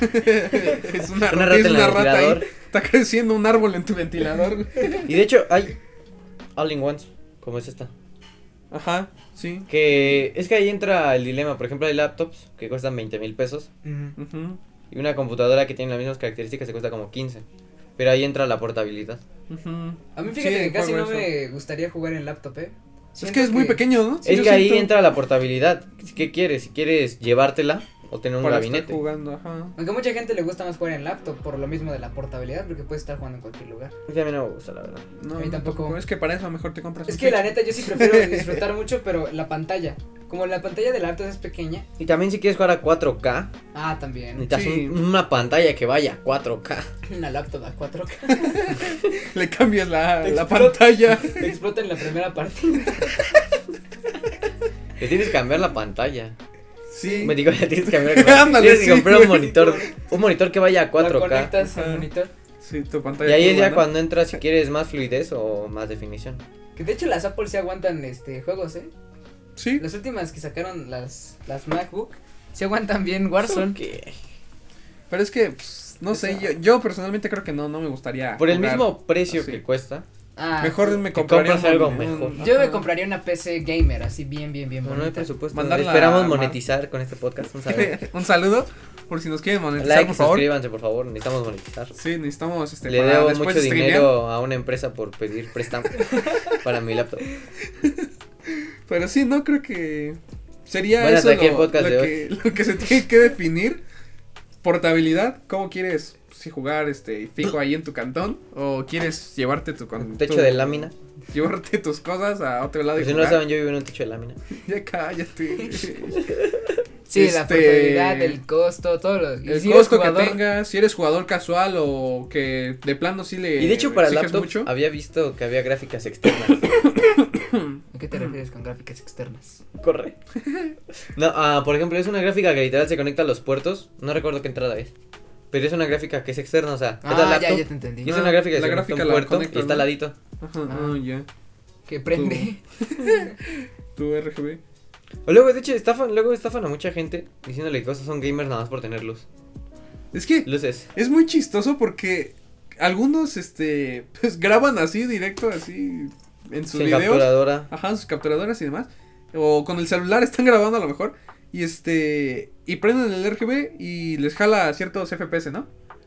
[SPEAKER 3] una rata.
[SPEAKER 1] es una,
[SPEAKER 2] Una
[SPEAKER 1] rata, es
[SPEAKER 2] rata en
[SPEAKER 1] una
[SPEAKER 2] el
[SPEAKER 1] rata ahí.
[SPEAKER 2] ventilador.
[SPEAKER 1] Está creciendo un árbol en tu ventilador. güey.
[SPEAKER 2] Y de hecho hay All in Ones, como es esta.
[SPEAKER 1] Ajá, sí.
[SPEAKER 2] Que es que ahí entra el dilema. Por ejemplo, hay laptops que cuestan 20 mil pesos
[SPEAKER 1] Ujú,
[SPEAKER 2] y una computadora que tiene las mismas características se cuesta como 15. Pero ahí entra la portabilidad.
[SPEAKER 1] ujú.
[SPEAKER 3] A mí
[SPEAKER 1] Sí,
[SPEAKER 3] fíjate que casi
[SPEAKER 1] juego
[SPEAKER 3] no
[SPEAKER 1] eso.
[SPEAKER 3] me gustaría jugar en laptop, ¿eh?
[SPEAKER 1] Es
[SPEAKER 3] Siento
[SPEAKER 1] que es muy pequeño, ¿no? Sí,
[SPEAKER 2] es
[SPEAKER 1] yo
[SPEAKER 2] que ahí
[SPEAKER 1] siento.
[SPEAKER 2] entra la portabilidad. ¿Qué quieres? Si quieres llevártela o tener un
[SPEAKER 1] para estar
[SPEAKER 2] gabinete.
[SPEAKER 1] jugando, ajá.
[SPEAKER 3] Aunque a mucha gente le gusta más jugar en laptop por lo mismo de la portabilidad, porque puedes estar jugando en cualquier lugar.
[SPEAKER 2] A mí no me gusta, la verdad.
[SPEAKER 1] No,
[SPEAKER 3] A mí
[SPEAKER 1] no,
[SPEAKER 3] tampoco.
[SPEAKER 1] Es que para eso mejor te compras
[SPEAKER 3] Es
[SPEAKER 1] un
[SPEAKER 3] que la
[SPEAKER 1] Switch.
[SPEAKER 3] neta yo sí prefiero disfrutar mucho, pero la pantalla. Como la pantalla del laptop es pequeña.
[SPEAKER 2] Y también si quieres jugar a 4K,
[SPEAKER 3] Ah, también.
[SPEAKER 2] necesitas
[SPEAKER 1] Sí.
[SPEAKER 2] un- una pantalla que vaya a 4K.
[SPEAKER 3] Una laptop a 4K.
[SPEAKER 1] Le cambias la,
[SPEAKER 3] Te
[SPEAKER 1] la
[SPEAKER 3] explota.
[SPEAKER 1] pantalla.
[SPEAKER 3] Te explota en la primera partida.
[SPEAKER 2] Le tienes que cambiar la pantalla.
[SPEAKER 1] Sí.
[SPEAKER 2] Me digo, le tienes que cambiar la pantalla.
[SPEAKER 1] Ándale,
[SPEAKER 2] Tienes
[SPEAKER 1] sí,
[SPEAKER 2] que comprar un
[SPEAKER 1] güey.
[SPEAKER 2] monitor. Un monitor que vaya a
[SPEAKER 3] La
[SPEAKER 2] 4K.
[SPEAKER 3] conectas al
[SPEAKER 1] Ajá.
[SPEAKER 3] monitor.
[SPEAKER 1] Sí, tu
[SPEAKER 2] Y
[SPEAKER 1] pantalla.
[SPEAKER 2] ahí es
[SPEAKER 1] curva,
[SPEAKER 2] ya
[SPEAKER 1] ¿no?
[SPEAKER 2] cuando entras si quieres más fluidez o más definición.
[SPEAKER 3] Que de hecho las Apple sí aguantan este juegos, ¿eh?
[SPEAKER 1] Sí.
[SPEAKER 3] Las últimas que sacaron las, las MacBook sí aguantan bien Warzone.
[SPEAKER 2] Que-
[SPEAKER 1] Pero es que, pues, no sé, yo,
[SPEAKER 3] Esa-
[SPEAKER 1] yo personalmente creo que no, no me gustaría.
[SPEAKER 2] Por el
[SPEAKER 1] jugar.
[SPEAKER 2] mismo precio
[SPEAKER 1] así.
[SPEAKER 2] que cuesta.
[SPEAKER 3] Ah,
[SPEAKER 1] Mejor me
[SPEAKER 2] Te
[SPEAKER 1] compraría
[SPEAKER 2] compras algo
[SPEAKER 1] un-
[SPEAKER 2] mejor.
[SPEAKER 1] un-
[SPEAKER 3] Yo me
[SPEAKER 1] ajá.
[SPEAKER 3] compraría una PC gamer, así bien, bien, bien
[SPEAKER 2] Pero no hay
[SPEAKER 3] bonita.
[SPEAKER 2] presupuesto.
[SPEAKER 1] Mandarla
[SPEAKER 2] Esperamos
[SPEAKER 1] a Mar-
[SPEAKER 2] monetizar con este podcast. Un saludo.
[SPEAKER 1] un saludo. Por si nos quieren monetizar,
[SPEAKER 2] Like,
[SPEAKER 1] por favor.
[SPEAKER 2] suscríbanse, por favor. Necesitamos monetizar.
[SPEAKER 1] Sí, necesitamos este.
[SPEAKER 2] Le
[SPEAKER 1] para
[SPEAKER 2] debo
[SPEAKER 1] después
[SPEAKER 2] mucho
[SPEAKER 1] de streamear.
[SPEAKER 2] dinero a una empresa por pedir préstamo para mi laptop.
[SPEAKER 1] Pero sí, no creo que. Sería
[SPEAKER 2] Bueno,
[SPEAKER 1] eso
[SPEAKER 2] hasta aquí el
[SPEAKER 1] lo,
[SPEAKER 2] podcast
[SPEAKER 1] lo
[SPEAKER 2] de
[SPEAKER 1] que, lo que se tiene que definir. Portabilidad, ¿cómo quieres? Si jugar este fijo ahí en tu cantón o quieres llevarte tu con-
[SPEAKER 2] Un techo
[SPEAKER 1] tu-
[SPEAKER 2] de lámina.
[SPEAKER 1] llevarte tus cosas a otro lado y
[SPEAKER 2] Pues si no lo
[SPEAKER 1] jugar.
[SPEAKER 2] saben, yo vivo en un techo de lámina.
[SPEAKER 1] Ya cállate.
[SPEAKER 3] Sí, la
[SPEAKER 1] Este-
[SPEAKER 3] portabilidad, el costo, todo lo. y
[SPEAKER 1] El
[SPEAKER 3] si eres
[SPEAKER 1] costo que
[SPEAKER 3] jugador,
[SPEAKER 1] tengas, si eres jugador casual o que de plano sí le
[SPEAKER 2] y de hecho, para
[SPEAKER 1] exiges
[SPEAKER 2] laptop
[SPEAKER 1] mucho.
[SPEAKER 2] había visto que había gráficas externas.
[SPEAKER 3] ¿A qué te refieres con gráficas externas?
[SPEAKER 2] Corre. No, ah, por ejemplo, es una gráfica que literal se conecta a los puertos. No recuerdo qué entrada es. Pero es una gráfica que es externa, o sea, es la
[SPEAKER 3] Ah, ya,
[SPEAKER 2] laptop,
[SPEAKER 3] ya te entendí.
[SPEAKER 2] Y es
[SPEAKER 1] Ah,
[SPEAKER 2] una gráfica que
[SPEAKER 1] la
[SPEAKER 2] se conecta
[SPEAKER 1] gráfica
[SPEAKER 2] a un
[SPEAKER 1] la
[SPEAKER 2] puerto
[SPEAKER 1] conectas,
[SPEAKER 2] y está al
[SPEAKER 1] ¿no?
[SPEAKER 2] ladito.
[SPEAKER 1] Ajá, ah, ya.
[SPEAKER 3] Que prende.
[SPEAKER 1] Tu RGB.
[SPEAKER 2] O luego, de hecho, estafan, luego estafan a mucha gente diciéndole que cosas son gamers nada más por tener luz.
[SPEAKER 1] Es que
[SPEAKER 2] Luces.
[SPEAKER 1] es muy chistoso porque algunos este pues graban así directo así en sus
[SPEAKER 2] Sin
[SPEAKER 1] videos.
[SPEAKER 2] capturadora.
[SPEAKER 1] Ajá, sus capturadoras y demás. O con el celular están grabando a lo mejor. Y este. Y prenden el RGB y les jala ciertos FPS, ¿no?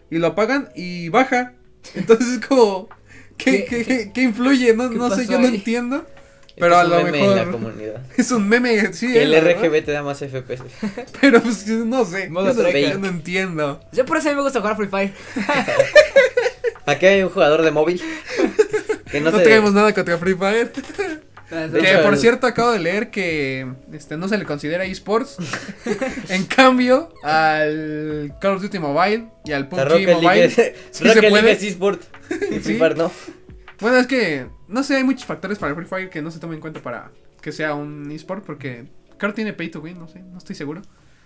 [SPEAKER 1] Y lo apagan y baja. Entonces es como. ¿Qué, qué,
[SPEAKER 3] ¿Qué-
[SPEAKER 1] qué- qué influye? No,
[SPEAKER 3] qué
[SPEAKER 1] no sé,
[SPEAKER 3] pasó
[SPEAKER 1] yo no
[SPEAKER 3] ahí?
[SPEAKER 1] entiendo. Pero a
[SPEAKER 2] Este es
[SPEAKER 1] lo
[SPEAKER 2] un meme en la
[SPEAKER 1] mejor-
[SPEAKER 2] comunidad.
[SPEAKER 1] Es un meme, sí.
[SPEAKER 2] Que el
[SPEAKER 1] eh, la verdad.
[SPEAKER 2] RGB te da más FPS.
[SPEAKER 1] Pero pues no sé.
[SPEAKER 3] Modo
[SPEAKER 1] yo no-
[SPEAKER 2] tracker.
[SPEAKER 1] yo no entiendo.
[SPEAKER 5] Yo por eso a mí me gusta jugar Free Fire.
[SPEAKER 2] Aquí hay un jugador de móvil. Que no,
[SPEAKER 1] No,
[SPEAKER 2] se-
[SPEAKER 1] tenemos nada contra Free Fire.
[SPEAKER 2] De
[SPEAKER 1] que
[SPEAKER 2] hecho,
[SPEAKER 1] por
[SPEAKER 2] el-
[SPEAKER 1] cierto acabo de leer que este no se le considera esports. en cambio, al Call of Duty Mobile y al
[SPEAKER 2] O sea,
[SPEAKER 1] PUBG
[SPEAKER 2] Rocket League
[SPEAKER 1] Mobile.
[SPEAKER 2] es,
[SPEAKER 1] sí se
[SPEAKER 2] Rocket
[SPEAKER 1] puede.
[SPEAKER 2] League es eSport. Y Free
[SPEAKER 1] Sí.
[SPEAKER 2] Fire no.
[SPEAKER 1] Bueno, es que no sé, hay muchos factores para Free Fire que no se toman en cuenta para que sea un esport porque creo tiene pay to win, no sé, no estoy seguro.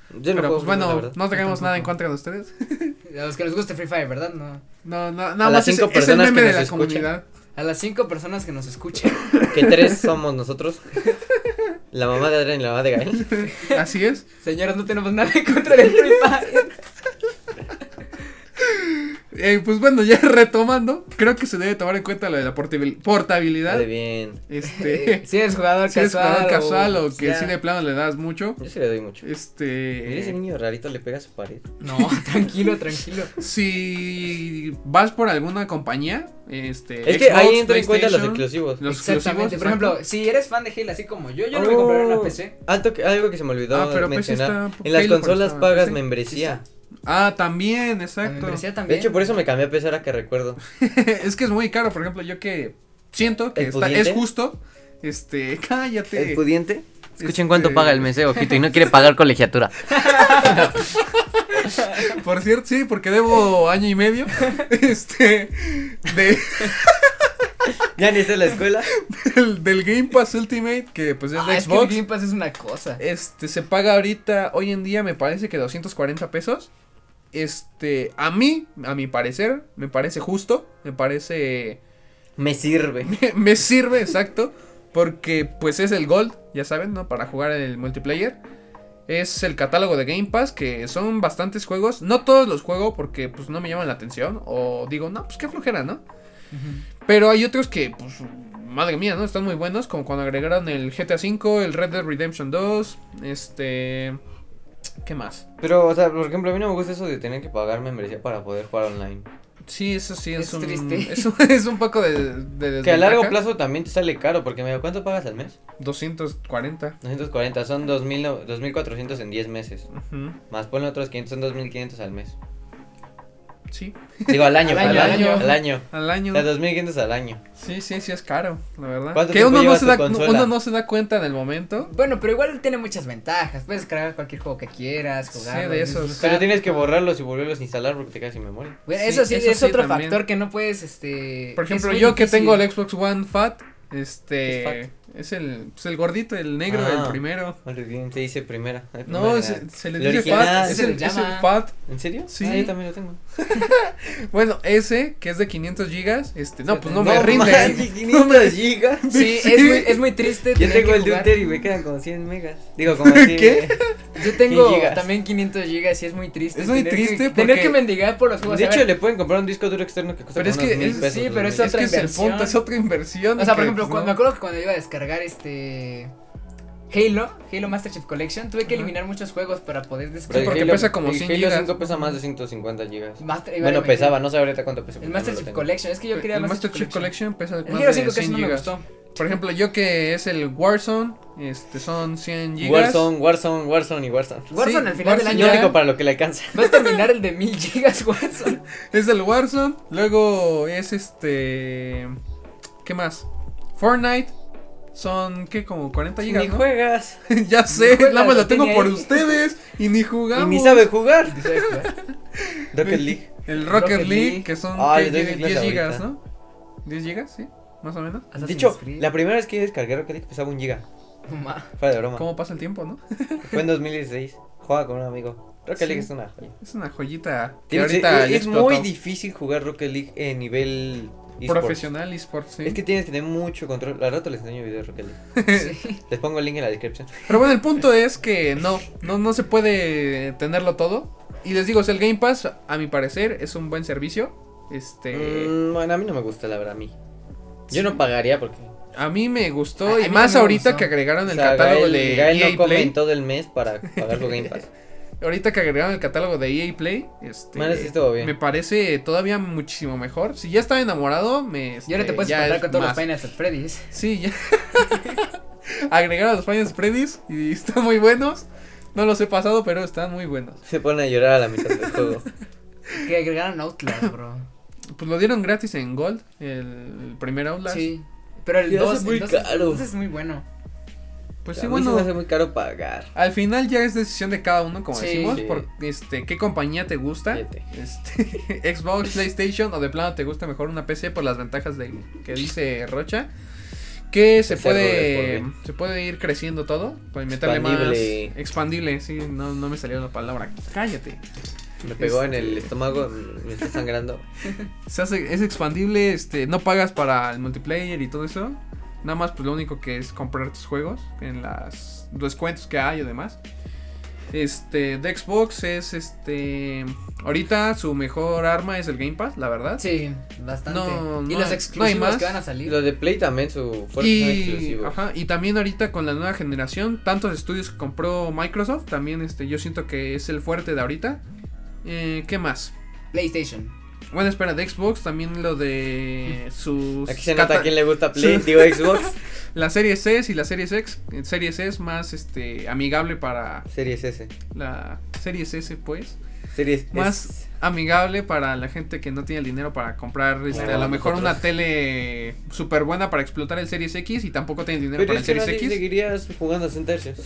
[SPEAKER 2] Yo no
[SPEAKER 1] Pero
[SPEAKER 2] juego
[SPEAKER 1] pues
[SPEAKER 2] Free Fire, la
[SPEAKER 1] bueno,
[SPEAKER 2] verdad.
[SPEAKER 1] no tenemos nada en contra de ustedes.
[SPEAKER 3] A los que les gusta Free Fire, ¿verdad? No.
[SPEAKER 1] No, no, nada
[SPEAKER 2] A las
[SPEAKER 1] más es,
[SPEAKER 2] cinco
[SPEAKER 1] es el
[SPEAKER 2] personas
[SPEAKER 1] meme
[SPEAKER 2] que
[SPEAKER 1] de
[SPEAKER 2] nos
[SPEAKER 1] la
[SPEAKER 2] escuchan.
[SPEAKER 1] comunidad.
[SPEAKER 3] A las cinco personas que nos escuchan.
[SPEAKER 2] Que tres somos nosotros. La mamá de Adrián y la mamá de Gael.
[SPEAKER 1] Así es.
[SPEAKER 3] Señores, no tenemos nada en contra del Free Fire.
[SPEAKER 1] Eh, pues bueno, ya retomando, creo que se debe tomar en cuenta lo de la portabil- portabilidad.
[SPEAKER 2] Vale, bien.
[SPEAKER 1] Este,
[SPEAKER 3] Eh, Si eres jugador
[SPEAKER 1] si
[SPEAKER 3] casual.
[SPEAKER 1] es jugador casual o que
[SPEAKER 3] sea.
[SPEAKER 1] si de plano le das mucho.
[SPEAKER 2] Yo sí le doy mucho. Mira ese
[SPEAKER 1] Este,
[SPEAKER 2] niño rarito le pega a su pared.
[SPEAKER 3] No, tranquilo, tranquilo.
[SPEAKER 1] si vas por alguna compañía, este,
[SPEAKER 2] Es que ahí
[SPEAKER 1] Xbox,
[SPEAKER 2] entra en cuenta los
[SPEAKER 1] PlayStation,
[SPEAKER 2] exclusivos.
[SPEAKER 1] los
[SPEAKER 3] Exactamente.
[SPEAKER 1] exclusivos,
[SPEAKER 3] Por
[SPEAKER 1] exacto.
[SPEAKER 3] ejemplo, si eres fan de Halo así como yo, yo no me compraré una
[SPEAKER 2] Oh,
[SPEAKER 3] PC.
[SPEAKER 2] alto que- algo que se me olvidó
[SPEAKER 1] Ah, pero pues sí
[SPEAKER 2] mencionar.
[SPEAKER 1] está-
[SPEAKER 2] en las
[SPEAKER 1] Halo, pero
[SPEAKER 2] consolas
[SPEAKER 1] está-
[SPEAKER 2] pagas
[SPEAKER 1] sí,
[SPEAKER 2] membresía.
[SPEAKER 1] Ah, también,
[SPEAKER 3] La
[SPEAKER 1] exacto.
[SPEAKER 3] membresía
[SPEAKER 2] de
[SPEAKER 3] también.
[SPEAKER 2] hecho, por eso me cambié a PC ahora que recuerdo.
[SPEAKER 1] es que es muy caro, por ejemplo, yo que siento que
[SPEAKER 2] ¿El
[SPEAKER 1] está, es
[SPEAKER 2] pudiente?
[SPEAKER 1] justo. Este, cállate. este,
[SPEAKER 2] pudiente?
[SPEAKER 1] Escuchen
[SPEAKER 2] Este,
[SPEAKER 1] cuánto paga el mes,
[SPEAKER 2] ojito, y no quiere pagar colegiatura.
[SPEAKER 1] Por cierto, sí, porque debo año y medio. Este, de,
[SPEAKER 2] Ya ni está en la escuela.
[SPEAKER 1] del, del Game Pass Ultimate, que pues es
[SPEAKER 3] Ah,
[SPEAKER 1] de
[SPEAKER 3] es que el
[SPEAKER 1] Xbox.
[SPEAKER 3] Game Pass es una cosa.
[SPEAKER 1] Este, se paga ahorita, hoy en día me parece que 240 pesos. Este, a mí, a mi parecer, me parece justo, me parece,
[SPEAKER 2] Me sirve.
[SPEAKER 1] me, me sirve, exacto, porque pues es el Gold, ya saben, ¿no? Para jugar en el multiplayer. Es el catálogo de Game Pass, que son bastantes juegos, no todos los juego porque pues no me llaman la atención, o digo, no, pues qué flojera, ¿no? Pero hay otros que, pues, madre mía, ¿no? Están muy buenos, como cuando agregaron el GTA V, el Red Dead Redemption 2, este... ¿Qué más?
[SPEAKER 2] Pero, o sea, por ejemplo, a mí no me gusta eso de tener que pagar membresía para poder jugar online.
[SPEAKER 1] Sí, eso sí es,
[SPEAKER 3] Es
[SPEAKER 1] un...
[SPEAKER 3] triste.
[SPEAKER 1] Es un, es un poco de, de
[SPEAKER 2] Que a
[SPEAKER 1] desventaja.
[SPEAKER 2] largo plazo también te sale caro, porque medio, ¿cuánto pagas al mes?
[SPEAKER 1] 240.
[SPEAKER 2] 240, son 2000, no- 2400 en 10 meses.
[SPEAKER 1] Ujú,
[SPEAKER 2] Más ponle otros 500, son 2500 al mes.
[SPEAKER 1] Sí.
[SPEAKER 2] Digo, al año,
[SPEAKER 3] Al
[SPEAKER 2] al
[SPEAKER 3] año, al
[SPEAKER 2] año,
[SPEAKER 3] año.
[SPEAKER 2] al año.
[SPEAKER 1] Al
[SPEAKER 2] O
[SPEAKER 1] año.
[SPEAKER 2] sea, 2500 al año.
[SPEAKER 1] Sí, sí, sí es caro, la verdad.
[SPEAKER 2] ¿Cuánto
[SPEAKER 1] Que
[SPEAKER 2] tiempo
[SPEAKER 1] uno no,
[SPEAKER 2] llevas
[SPEAKER 1] se
[SPEAKER 2] tu
[SPEAKER 1] da,
[SPEAKER 2] consola?
[SPEAKER 1] uno no se da cuenta en el momento.
[SPEAKER 3] Bueno, pero igual tiene muchas ventajas. Puedes cargar cualquier juego que quieras,
[SPEAKER 1] Sí,
[SPEAKER 3] jugar.
[SPEAKER 1] de esos.
[SPEAKER 2] Pero tienes que borrarlos y volverlos a instalar porque te quedas sin memoria.
[SPEAKER 3] Bueno,
[SPEAKER 1] Sí,
[SPEAKER 3] eso sí,
[SPEAKER 1] eso
[SPEAKER 3] es
[SPEAKER 1] sí,
[SPEAKER 3] otro
[SPEAKER 1] también.
[SPEAKER 3] factor que no puedes, este...
[SPEAKER 1] Por
[SPEAKER 3] es
[SPEAKER 1] ejemplo,
[SPEAKER 3] muy
[SPEAKER 1] yo que
[SPEAKER 3] difícil.
[SPEAKER 1] tengo el Xbox One Fat,
[SPEAKER 2] ¿Qué es
[SPEAKER 1] este... Es el, pues, el gordito, el negro,
[SPEAKER 2] Ah.
[SPEAKER 1] el primero.
[SPEAKER 2] Vale, bien, se dice primera. la
[SPEAKER 1] No,
[SPEAKER 2] primera.
[SPEAKER 1] se, se le
[SPEAKER 2] El
[SPEAKER 1] dice
[SPEAKER 2] original.
[SPEAKER 1] Fat. Es
[SPEAKER 3] Se le
[SPEAKER 1] el, es el
[SPEAKER 3] llama.
[SPEAKER 1] Fat.
[SPEAKER 2] ¿En serio?
[SPEAKER 1] Sí.
[SPEAKER 2] Ah, yo también lo tengo.
[SPEAKER 1] Bueno, ese, que es de 500 gigas, este, no, pues no, me
[SPEAKER 2] No
[SPEAKER 1] rinde.
[SPEAKER 2] manches, 500 gigas.
[SPEAKER 3] Sí,
[SPEAKER 1] Sí.
[SPEAKER 3] Es, muy, es muy triste
[SPEAKER 2] Yo
[SPEAKER 3] tener
[SPEAKER 2] tengo
[SPEAKER 3] que
[SPEAKER 2] el de un
[SPEAKER 3] jugar.
[SPEAKER 2] tera y me quedan como 100 megas. Digo, como así.
[SPEAKER 1] ¿Qué?
[SPEAKER 3] Yo tengo
[SPEAKER 2] gigas.
[SPEAKER 3] también 500 gigas y es muy triste.
[SPEAKER 1] Es muy
[SPEAKER 3] tener
[SPEAKER 1] triste
[SPEAKER 3] que,
[SPEAKER 1] porque-
[SPEAKER 3] Tener que mendigar por los juegos.
[SPEAKER 2] De
[SPEAKER 3] a
[SPEAKER 2] hecho,
[SPEAKER 3] ver,
[SPEAKER 2] le pueden comprar un disco duro externo que cuesta
[SPEAKER 1] Pero es
[SPEAKER 2] como
[SPEAKER 1] que
[SPEAKER 2] unos mil
[SPEAKER 1] es-
[SPEAKER 2] pesos.
[SPEAKER 3] sí, pero
[SPEAKER 2] dos
[SPEAKER 3] eso-
[SPEAKER 1] Es
[SPEAKER 2] mil.
[SPEAKER 1] que
[SPEAKER 3] otra
[SPEAKER 1] es el
[SPEAKER 3] inversión.
[SPEAKER 1] punto, es otra inversión.
[SPEAKER 3] O sea,
[SPEAKER 1] que,
[SPEAKER 3] por ejemplo,
[SPEAKER 1] pues,
[SPEAKER 3] cuando,
[SPEAKER 1] no.
[SPEAKER 3] me acuerdo que cuando iba a descargar este... Halo, Halo Master Chief Collection, tuve
[SPEAKER 1] Ajá.
[SPEAKER 3] que eliminar muchos juegos para poder descargar.
[SPEAKER 2] Pero el
[SPEAKER 1] porque
[SPEAKER 2] Halo-
[SPEAKER 1] pesa como
[SPEAKER 2] el
[SPEAKER 1] 100
[SPEAKER 2] Halo
[SPEAKER 1] gigas.
[SPEAKER 2] 5 pesa más de 150 gigas.
[SPEAKER 3] Master- iba a
[SPEAKER 2] Bueno,
[SPEAKER 3] imaginar.
[SPEAKER 2] pesaba, no sé ahorita cuánto pesa.
[SPEAKER 3] El
[SPEAKER 2] porque
[SPEAKER 3] Master
[SPEAKER 2] no lo
[SPEAKER 3] Chief
[SPEAKER 2] tengo.
[SPEAKER 3] Collection, es que yo quería
[SPEAKER 1] el Master Chief Collection pesa
[SPEAKER 3] El
[SPEAKER 1] más
[SPEAKER 3] Halo
[SPEAKER 1] de
[SPEAKER 3] 5 casi
[SPEAKER 1] 100
[SPEAKER 3] no me
[SPEAKER 1] gigas.
[SPEAKER 3] gustó.
[SPEAKER 1] Por ejemplo, yo que es el Warzone, este, son 100 gigas.
[SPEAKER 2] Warzone, Warzone, Warzone y Warzone.
[SPEAKER 3] Warzone
[SPEAKER 1] Sí,
[SPEAKER 3] al final del
[SPEAKER 1] Warzone
[SPEAKER 3] año
[SPEAKER 2] Lo
[SPEAKER 1] ya-
[SPEAKER 2] único para lo que le alcanza.
[SPEAKER 3] va a terminar el de 1000 gigas Warzone.
[SPEAKER 1] Es el Warzone, luego es este, ¿qué más? Fortnite, son, ¿qué? Como 40 gigas,
[SPEAKER 2] Ni
[SPEAKER 1] ¿no?
[SPEAKER 2] juegas.
[SPEAKER 1] ya sé,
[SPEAKER 3] juegas,
[SPEAKER 1] nada más
[SPEAKER 3] lo
[SPEAKER 1] la tengo
[SPEAKER 3] tiene
[SPEAKER 1] por
[SPEAKER 3] ahí.
[SPEAKER 1] ustedes y ni jugamos.
[SPEAKER 2] Y ni sabe jugar. Rocket
[SPEAKER 1] Sí.
[SPEAKER 2] League.
[SPEAKER 1] El Rocket, League,
[SPEAKER 3] Rocket League.
[SPEAKER 1] que son
[SPEAKER 2] Ah,
[SPEAKER 1] ¿qué?
[SPEAKER 2] le doy mi
[SPEAKER 1] 10,
[SPEAKER 2] clase
[SPEAKER 1] gigas,
[SPEAKER 2] ahorita.
[SPEAKER 1] ¿no? 10 gigas, sí, más o menos.
[SPEAKER 2] De hecho, la primera vez que yo descargué Rocket League pesaba un giga.
[SPEAKER 3] Ma-
[SPEAKER 2] Fuera de broma.
[SPEAKER 1] ¿Cómo pasa el tiempo, no?
[SPEAKER 2] Fue en 2016. Jugaba con un amigo. Rocket
[SPEAKER 1] Sí.
[SPEAKER 2] League es una joya.
[SPEAKER 1] Es una joyita que
[SPEAKER 2] Tienes-
[SPEAKER 1] ahorita
[SPEAKER 2] es
[SPEAKER 1] ya
[SPEAKER 2] es
[SPEAKER 1] explotó.
[SPEAKER 2] muy difícil jugar Rocket League en nivel esports.
[SPEAKER 1] profesional esports, sí.
[SPEAKER 2] Es que tienes que tener mucho control. Al rato les enseño videos de Rocket League.
[SPEAKER 3] sí.
[SPEAKER 2] Les pongo el link en la descripción.
[SPEAKER 1] Pero bueno, el punto es que no, no, no se puede tenerlo todo. Y les digo, o sea, el Game Pass, a mi parecer, es un buen servicio. Este.
[SPEAKER 2] Mm, bueno, a mí no me gusta, la verdad, a mí. Yo no pagaría porque.
[SPEAKER 1] A mí me
[SPEAKER 3] A-
[SPEAKER 1] gustó
[SPEAKER 3] a mí
[SPEAKER 1] y más
[SPEAKER 3] no me
[SPEAKER 1] ahorita
[SPEAKER 3] gustó.
[SPEAKER 1] que agregaron
[SPEAKER 2] O
[SPEAKER 1] el
[SPEAKER 2] sea,
[SPEAKER 1] catálogo
[SPEAKER 2] Gael-
[SPEAKER 1] de
[SPEAKER 2] Gael
[SPEAKER 1] EA
[SPEAKER 2] no come
[SPEAKER 1] Play.
[SPEAKER 2] en todo el mes para pagar su Game Pass.
[SPEAKER 1] Ahorita que agregaron el catálogo de EA Play, este,
[SPEAKER 2] Bueno, sí estuvo bien.
[SPEAKER 1] me parece todavía muchísimo mejor. Si ya estaba enamorado, me.
[SPEAKER 3] Y ahora te
[SPEAKER 1] este,
[SPEAKER 3] puedes
[SPEAKER 1] ya
[SPEAKER 3] encontrar
[SPEAKER 1] es
[SPEAKER 3] con todos los
[SPEAKER 1] más.
[SPEAKER 3] Final Fantasy Freddy's.
[SPEAKER 1] Sí, ya. Agregar a los Final Freddy's y están muy buenos. No los he pasado, pero están muy buenos.
[SPEAKER 2] Se ponen a llorar a la mitad del juego.
[SPEAKER 3] Que agregaron Outlast, bro.
[SPEAKER 1] Pues lo dieron gratis en Gold, el primer Outlast.
[SPEAKER 3] Sí. Pero el
[SPEAKER 2] Ya
[SPEAKER 3] 2
[SPEAKER 2] es muy caro.
[SPEAKER 3] es muy bueno.
[SPEAKER 1] Pues
[SPEAKER 2] O sea,
[SPEAKER 1] sí,
[SPEAKER 2] a mí se me hace
[SPEAKER 1] bueno.
[SPEAKER 2] muy caro pagar.
[SPEAKER 1] Al final ya es decisión de cada uno, como
[SPEAKER 3] Sí.
[SPEAKER 1] decimos,
[SPEAKER 2] Sí.
[SPEAKER 1] por este qué compañía te gusta,
[SPEAKER 2] Fíjate.
[SPEAKER 1] este, Xbox, PlayStation o de plano te gusta mejor una PC por las ventajas de que dice Rocha, que se
[SPEAKER 2] Es algo de
[SPEAKER 1] puede
[SPEAKER 2] por vida.
[SPEAKER 1] se puede ir creciendo todo, pues meterle
[SPEAKER 2] Expandible.
[SPEAKER 1] más expandible, sí, no no me salió la palabra. Cállate.
[SPEAKER 2] Me pegó en el
[SPEAKER 1] Este-
[SPEAKER 2] estómago, me está sangrando.
[SPEAKER 1] se hace, es expandible, este, no pagas para el multiplayer y todo eso. Nada más, pues lo único que es comprar tus juegos en las los descuentos que hay y demás. Este, de Xbox es este. Ahorita su mejor arma es el Game Pass, la verdad.
[SPEAKER 3] Sí, bastante.
[SPEAKER 1] No,
[SPEAKER 3] y
[SPEAKER 1] no hay- no
[SPEAKER 3] los
[SPEAKER 1] hay
[SPEAKER 3] exclusivos
[SPEAKER 1] más.
[SPEAKER 3] que van a
[SPEAKER 2] Y
[SPEAKER 3] salir.
[SPEAKER 2] lo de Play también, su fuerza
[SPEAKER 1] Y,
[SPEAKER 2] exclusivo.
[SPEAKER 1] ajá, y también ahorita con la nueva generación, tantos estudios que compró Microsoft, también este, yo siento que es el fuerte de ahorita. Eh, ¿Qué más?
[SPEAKER 3] PlayStation.
[SPEAKER 1] Bueno, espera, de Xbox también lo de sus...
[SPEAKER 2] Aquí se nota
[SPEAKER 1] cata-
[SPEAKER 2] a quién le gusta Play,
[SPEAKER 1] Sí.
[SPEAKER 2] digo Xbox.
[SPEAKER 1] La serie S y la serie X, eh, Series S es más este amigable para
[SPEAKER 2] Series S.
[SPEAKER 1] la Series S pues,
[SPEAKER 2] Series
[SPEAKER 1] más amigable para la gente que no tiene el dinero para comprar este,
[SPEAKER 2] Como
[SPEAKER 1] a lo mejor
[SPEAKER 2] nosotros.
[SPEAKER 1] una tele súper buena para explotar el Series X y tampoco tiene dinero
[SPEAKER 2] Pero
[SPEAKER 1] para
[SPEAKER 2] es
[SPEAKER 1] el
[SPEAKER 2] que no
[SPEAKER 1] Series X.
[SPEAKER 2] seguirías jugando a 100 hercios.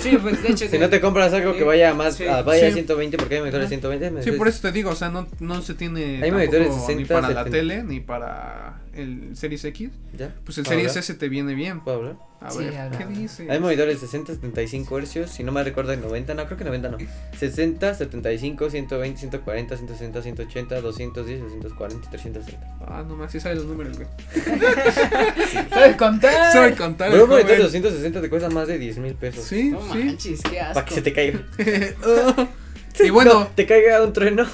[SPEAKER 3] Sí, pues de hecho.
[SPEAKER 2] Si no te compras algo
[SPEAKER 3] Sí.
[SPEAKER 2] que vaya a más,
[SPEAKER 3] Sí.
[SPEAKER 2] a- vaya a
[SPEAKER 1] Sí.
[SPEAKER 2] 120 porque hay monitores 120.
[SPEAKER 1] Sí,
[SPEAKER 2] monitores-
[SPEAKER 1] por eso te digo, o sea, no, no se tiene
[SPEAKER 2] Hay monitores
[SPEAKER 1] tampoco
[SPEAKER 2] 60,
[SPEAKER 1] ni para la
[SPEAKER 2] 70.
[SPEAKER 1] tele ni para el Series X.
[SPEAKER 2] ¿Ya?
[SPEAKER 1] Pues el
[SPEAKER 2] ¿Puedo
[SPEAKER 1] Series
[SPEAKER 2] hablar?
[SPEAKER 1] S te viene bien.
[SPEAKER 2] ¿Puedo hablar?
[SPEAKER 1] A
[SPEAKER 3] Sí,
[SPEAKER 1] ver,
[SPEAKER 3] habla,
[SPEAKER 1] ¿qué
[SPEAKER 3] habla.
[SPEAKER 1] dices?
[SPEAKER 2] Hay monitores 60, 75 hercios, si no me recuerdo en 90, no, creo que 90 no. 60, 75, 120, 140, 160, 180, 210, 240, 360.
[SPEAKER 1] Ah, nomás, sí sabe los números, güey.
[SPEAKER 3] ¿Sabes contar?
[SPEAKER 1] Sabe contar.
[SPEAKER 2] Pero un
[SPEAKER 1] joven.
[SPEAKER 2] monitor de 260 te cuesta más de 10 mil pesos.
[SPEAKER 1] Sí,
[SPEAKER 3] No
[SPEAKER 1] sí.
[SPEAKER 3] manches, qué asco.
[SPEAKER 2] Para que se te caiga.
[SPEAKER 1] y bueno,
[SPEAKER 2] No, te caiga un trueno.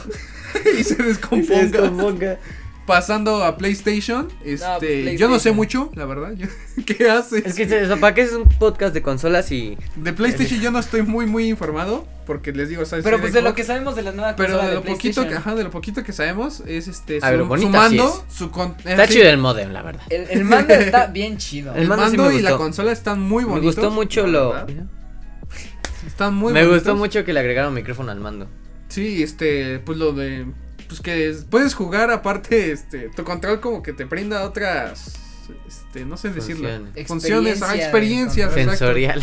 [SPEAKER 1] y se
[SPEAKER 2] y se
[SPEAKER 1] descomponga.
[SPEAKER 2] descomponga.
[SPEAKER 1] Pasando a PlayStation, este, yo no sé
[SPEAKER 3] pues, PlayStation.
[SPEAKER 1] mucho, la verdad. yo- ¿Qué haces?
[SPEAKER 2] Es que, se- o sea, ¿para qué es un podcast de consolas y
[SPEAKER 1] De PlayStation yo no estoy muy muy informado, porque les digo, o sea,
[SPEAKER 3] Pero
[SPEAKER 1] soy
[SPEAKER 3] pues de lo
[SPEAKER 1] Xbox,
[SPEAKER 3] que sabemos de la nueva
[SPEAKER 1] pero
[SPEAKER 3] consola
[SPEAKER 1] de lo poquito que,
[SPEAKER 3] PlayStation,
[SPEAKER 1] ajá, de lo poquito que sabemos es este su,
[SPEAKER 2] A ver,
[SPEAKER 1] su
[SPEAKER 2] bonita
[SPEAKER 1] mando,
[SPEAKER 2] sí
[SPEAKER 1] su con- eh,
[SPEAKER 2] Está
[SPEAKER 1] sí,
[SPEAKER 2] chido el modem, la verdad.
[SPEAKER 3] El, el mando está bien chido.
[SPEAKER 1] el
[SPEAKER 2] El mando sí
[SPEAKER 1] mando
[SPEAKER 2] me
[SPEAKER 1] y la
[SPEAKER 2] gustó.
[SPEAKER 1] consola están muy
[SPEAKER 2] me
[SPEAKER 1] bonitos.
[SPEAKER 2] gustó mucho
[SPEAKER 1] la
[SPEAKER 2] lo.
[SPEAKER 1] verdad, Están muy
[SPEAKER 2] me
[SPEAKER 1] bonitos.
[SPEAKER 2] gustó mucho que le agregaron micrófono al mando.
[SPEAKER 1] Sí, este, pues lo de pues que es- puedes jugar aparte este tu control como que te brinda otras este, no sé decirlo.
[SPEAKER 2] Funciones.
[SPEAKER 1] Funciones, ah, experiencias,
[SPEAKER 3] del control.
[SPEAKER 1] exacto.
[SPEAKER 2] Sensorial.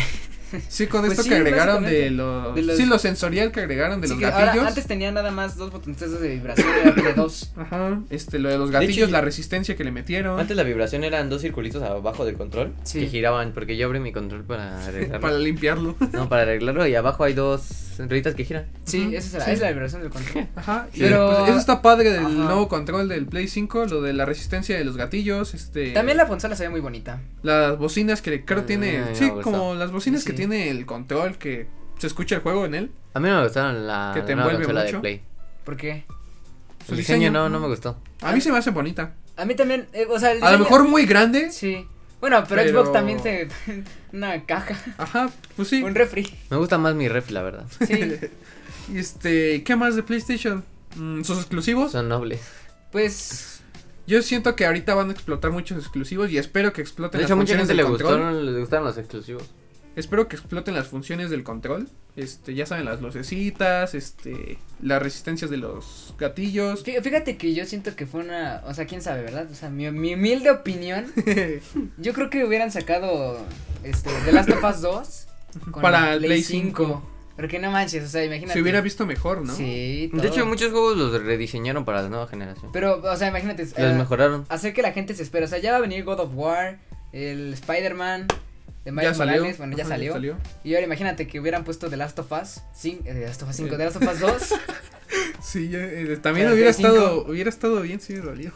[SPEAKER 1] Sí, con
[SPEAKER 3] Pues
[SPEAKER 1] esto
[SPEAKER 3] sí,
[SPEAKER 1] que agregaron de
[SPEAKER 3] básicamente.
[SPEAKER 1] los,
[SPEAKER 3] De los-
[SPEAKER 1] Sí, lo sensorial que agregaron de
[SPEAKER 3] Sí,
[SPEAKER 1] los
[SPEAKER 3] que ahora,
[SPEAKER 1] gatillos.
[SPEAKER 3] antes tenía nada más dos botones de vibración y ahora de dos.
[SPEAKER 1] Ajá. Este, lo de los
[SPEAKER 2] De hecho,
[SPEAKER 1] gatillos,
[SPEAKER 2] yo-
[SPEAKER 1] la resistencia que le metieron.
[SPEAKER 2] Antes la vibración eran dos circulitos abajo del control
[SPEAKER 3] Sí.
[SPEAKER 2] que giraban, porque yo abrí mi control para arreglarlo.
[SPEAKER 1] Para limpiarlo.
[SPEAKER 2] No, para arreglarlo y ababajo hay dos rueditas que giran.
[SPEAKER 3] Sí,
[SPEAKER 1] Ujú,
[SPEAKER 3] esa es la,
[SPEAKER 1] sí.
[SPEAKER 3] es la vibración del control.
[SPEAKER 1] Ajá. y,
[SPEAKER 3] Pero-
[SPEAKER 1] pues, eso está padre del
[SPEAKER 3] Ajá.
[SPEAKER 1] nuevo control del Play 5, lo de la resistencia de los gatillos, este
[SPEAKER 3] También la consola se ve muy bonita.
[SPEAKER 1] las bocinas que
[SPEAKER 2] Ah,
[SPEAKER 1] creo tiene,
[SPEAKER 2] Ay,
[SPEAKER 1] sí,
[SPEAKER 2] me gustó.
[SPEAKER 1] como las bocinas que
[SPEAKER 3] Sí.
[SPEAKER 1] tiene el control que se escucha el juego en él.
[SPEAKER 2] A mí no me gustaron la
[SPEAKER 1] Que te
[SPEAKER 2] nueva
[SPEAKER 1] envuelve
[SPEAKER 2] consola
[SPEAKER 1] mucho.
[SPEAKER 2] de Play.
[SPEAKER 3] ¿Por qué?
[SPEAKER 1] Su
[SPEAKER 2] El diseño
[SPEAKER 1] diseño.
[SPEAKER 2] no, no me gustó.
[SPEAKER 1] A mí se me hace bonita.
[SPEAKER 3] A mí también, eh, o sea, el
[SPEAKER 1] A lo
[SPEAKER 3] diseño-
[SPEAKER 1] mejor muy grande.
[SPEAKER 3] Sí. Bueno, pero,
[SPEAKER 1] Pero-
[SPEAKER 3] Xbox también se. una caja.
[SPEAKER 1] Ajá, pues sí.
[SPEAKER 3] Un refri.
[SPEAKER 2] Me gusta más mi ref, la verdad.
[SPEAKER 3] Sí.
[SPEAKER 1] Este, ¿qué más de PlayStation? Mm, ¿Sus exclusivos?
[SPEAKER 2] Son nobles.
[SPEAKER 3] Pues.
[SPEAKER 1] Yo siento que ahorita van a explotar muchos exclusivos y espero que exploten
[SPEAKER 2] De hecho, a
[SPEAKER 1] las
[SPEAKER 2] mucha
[SPEAKER 1] funciones
[SPEAKER 2] gente le
[SPEAKER 1] del control.
[SPEAKER 2] gustaron, le gustaron los exclusivos.
[SPEAKER 1] Espero que exploten las funciones del control. Este, ya saben, las lucecitas, este, las resistencias de los gatillos.
[SPEAKER 3] fí- Fíjate que yo siento que fue una. O sea, quién sabe, ¿verdad? O sea, mi, mi humilde opinión. Yo creo que hubieran sacado. Este. The Last of Us 2. con
[SPEAKER 1] Para el Play 5.
[SPEAKER 3] Porque no manches, o sea, imagínate.
[SPEAKER 1] Se hubiera visto mejor, ¿no?
[SPEAKER 3] Sí, todo.
[SPEAKER 2] De hecho, muchos juegos los rediseñaron para la nueva generación.
[SPEAKER 3] Pero, o sea, imagínate. eh,
[SPEAKER 2] Los mejoraron.
[SPEAKER 3] hacer que la gente se espera. O sea, ya va a venir God of War, el Spider-Man, de
[SPEAKER 1] Ya
[SPEAKER 3] Miles
[SPEAKER 1] salió.
[SPEAKER 3] Morales, bueno, ya
[SPEAKER 1] Ajá,
[SPEAKER 3] salió. Y ahora imagínate que hubieran puesto The Last of Us, cin- eh, The Last of Us 5,
[SPEAKER 1] Eh.
[SPEAKER 3] The Last of Us 2.
[SPEAKER 1] Sí, ya, eh, también
[SPEAKER 3] Para el
[SPEAKER 1] hubiera
[SPEAKER 3] Play
[SPEAKER 1] estado, hubiera estado bien si me dolió.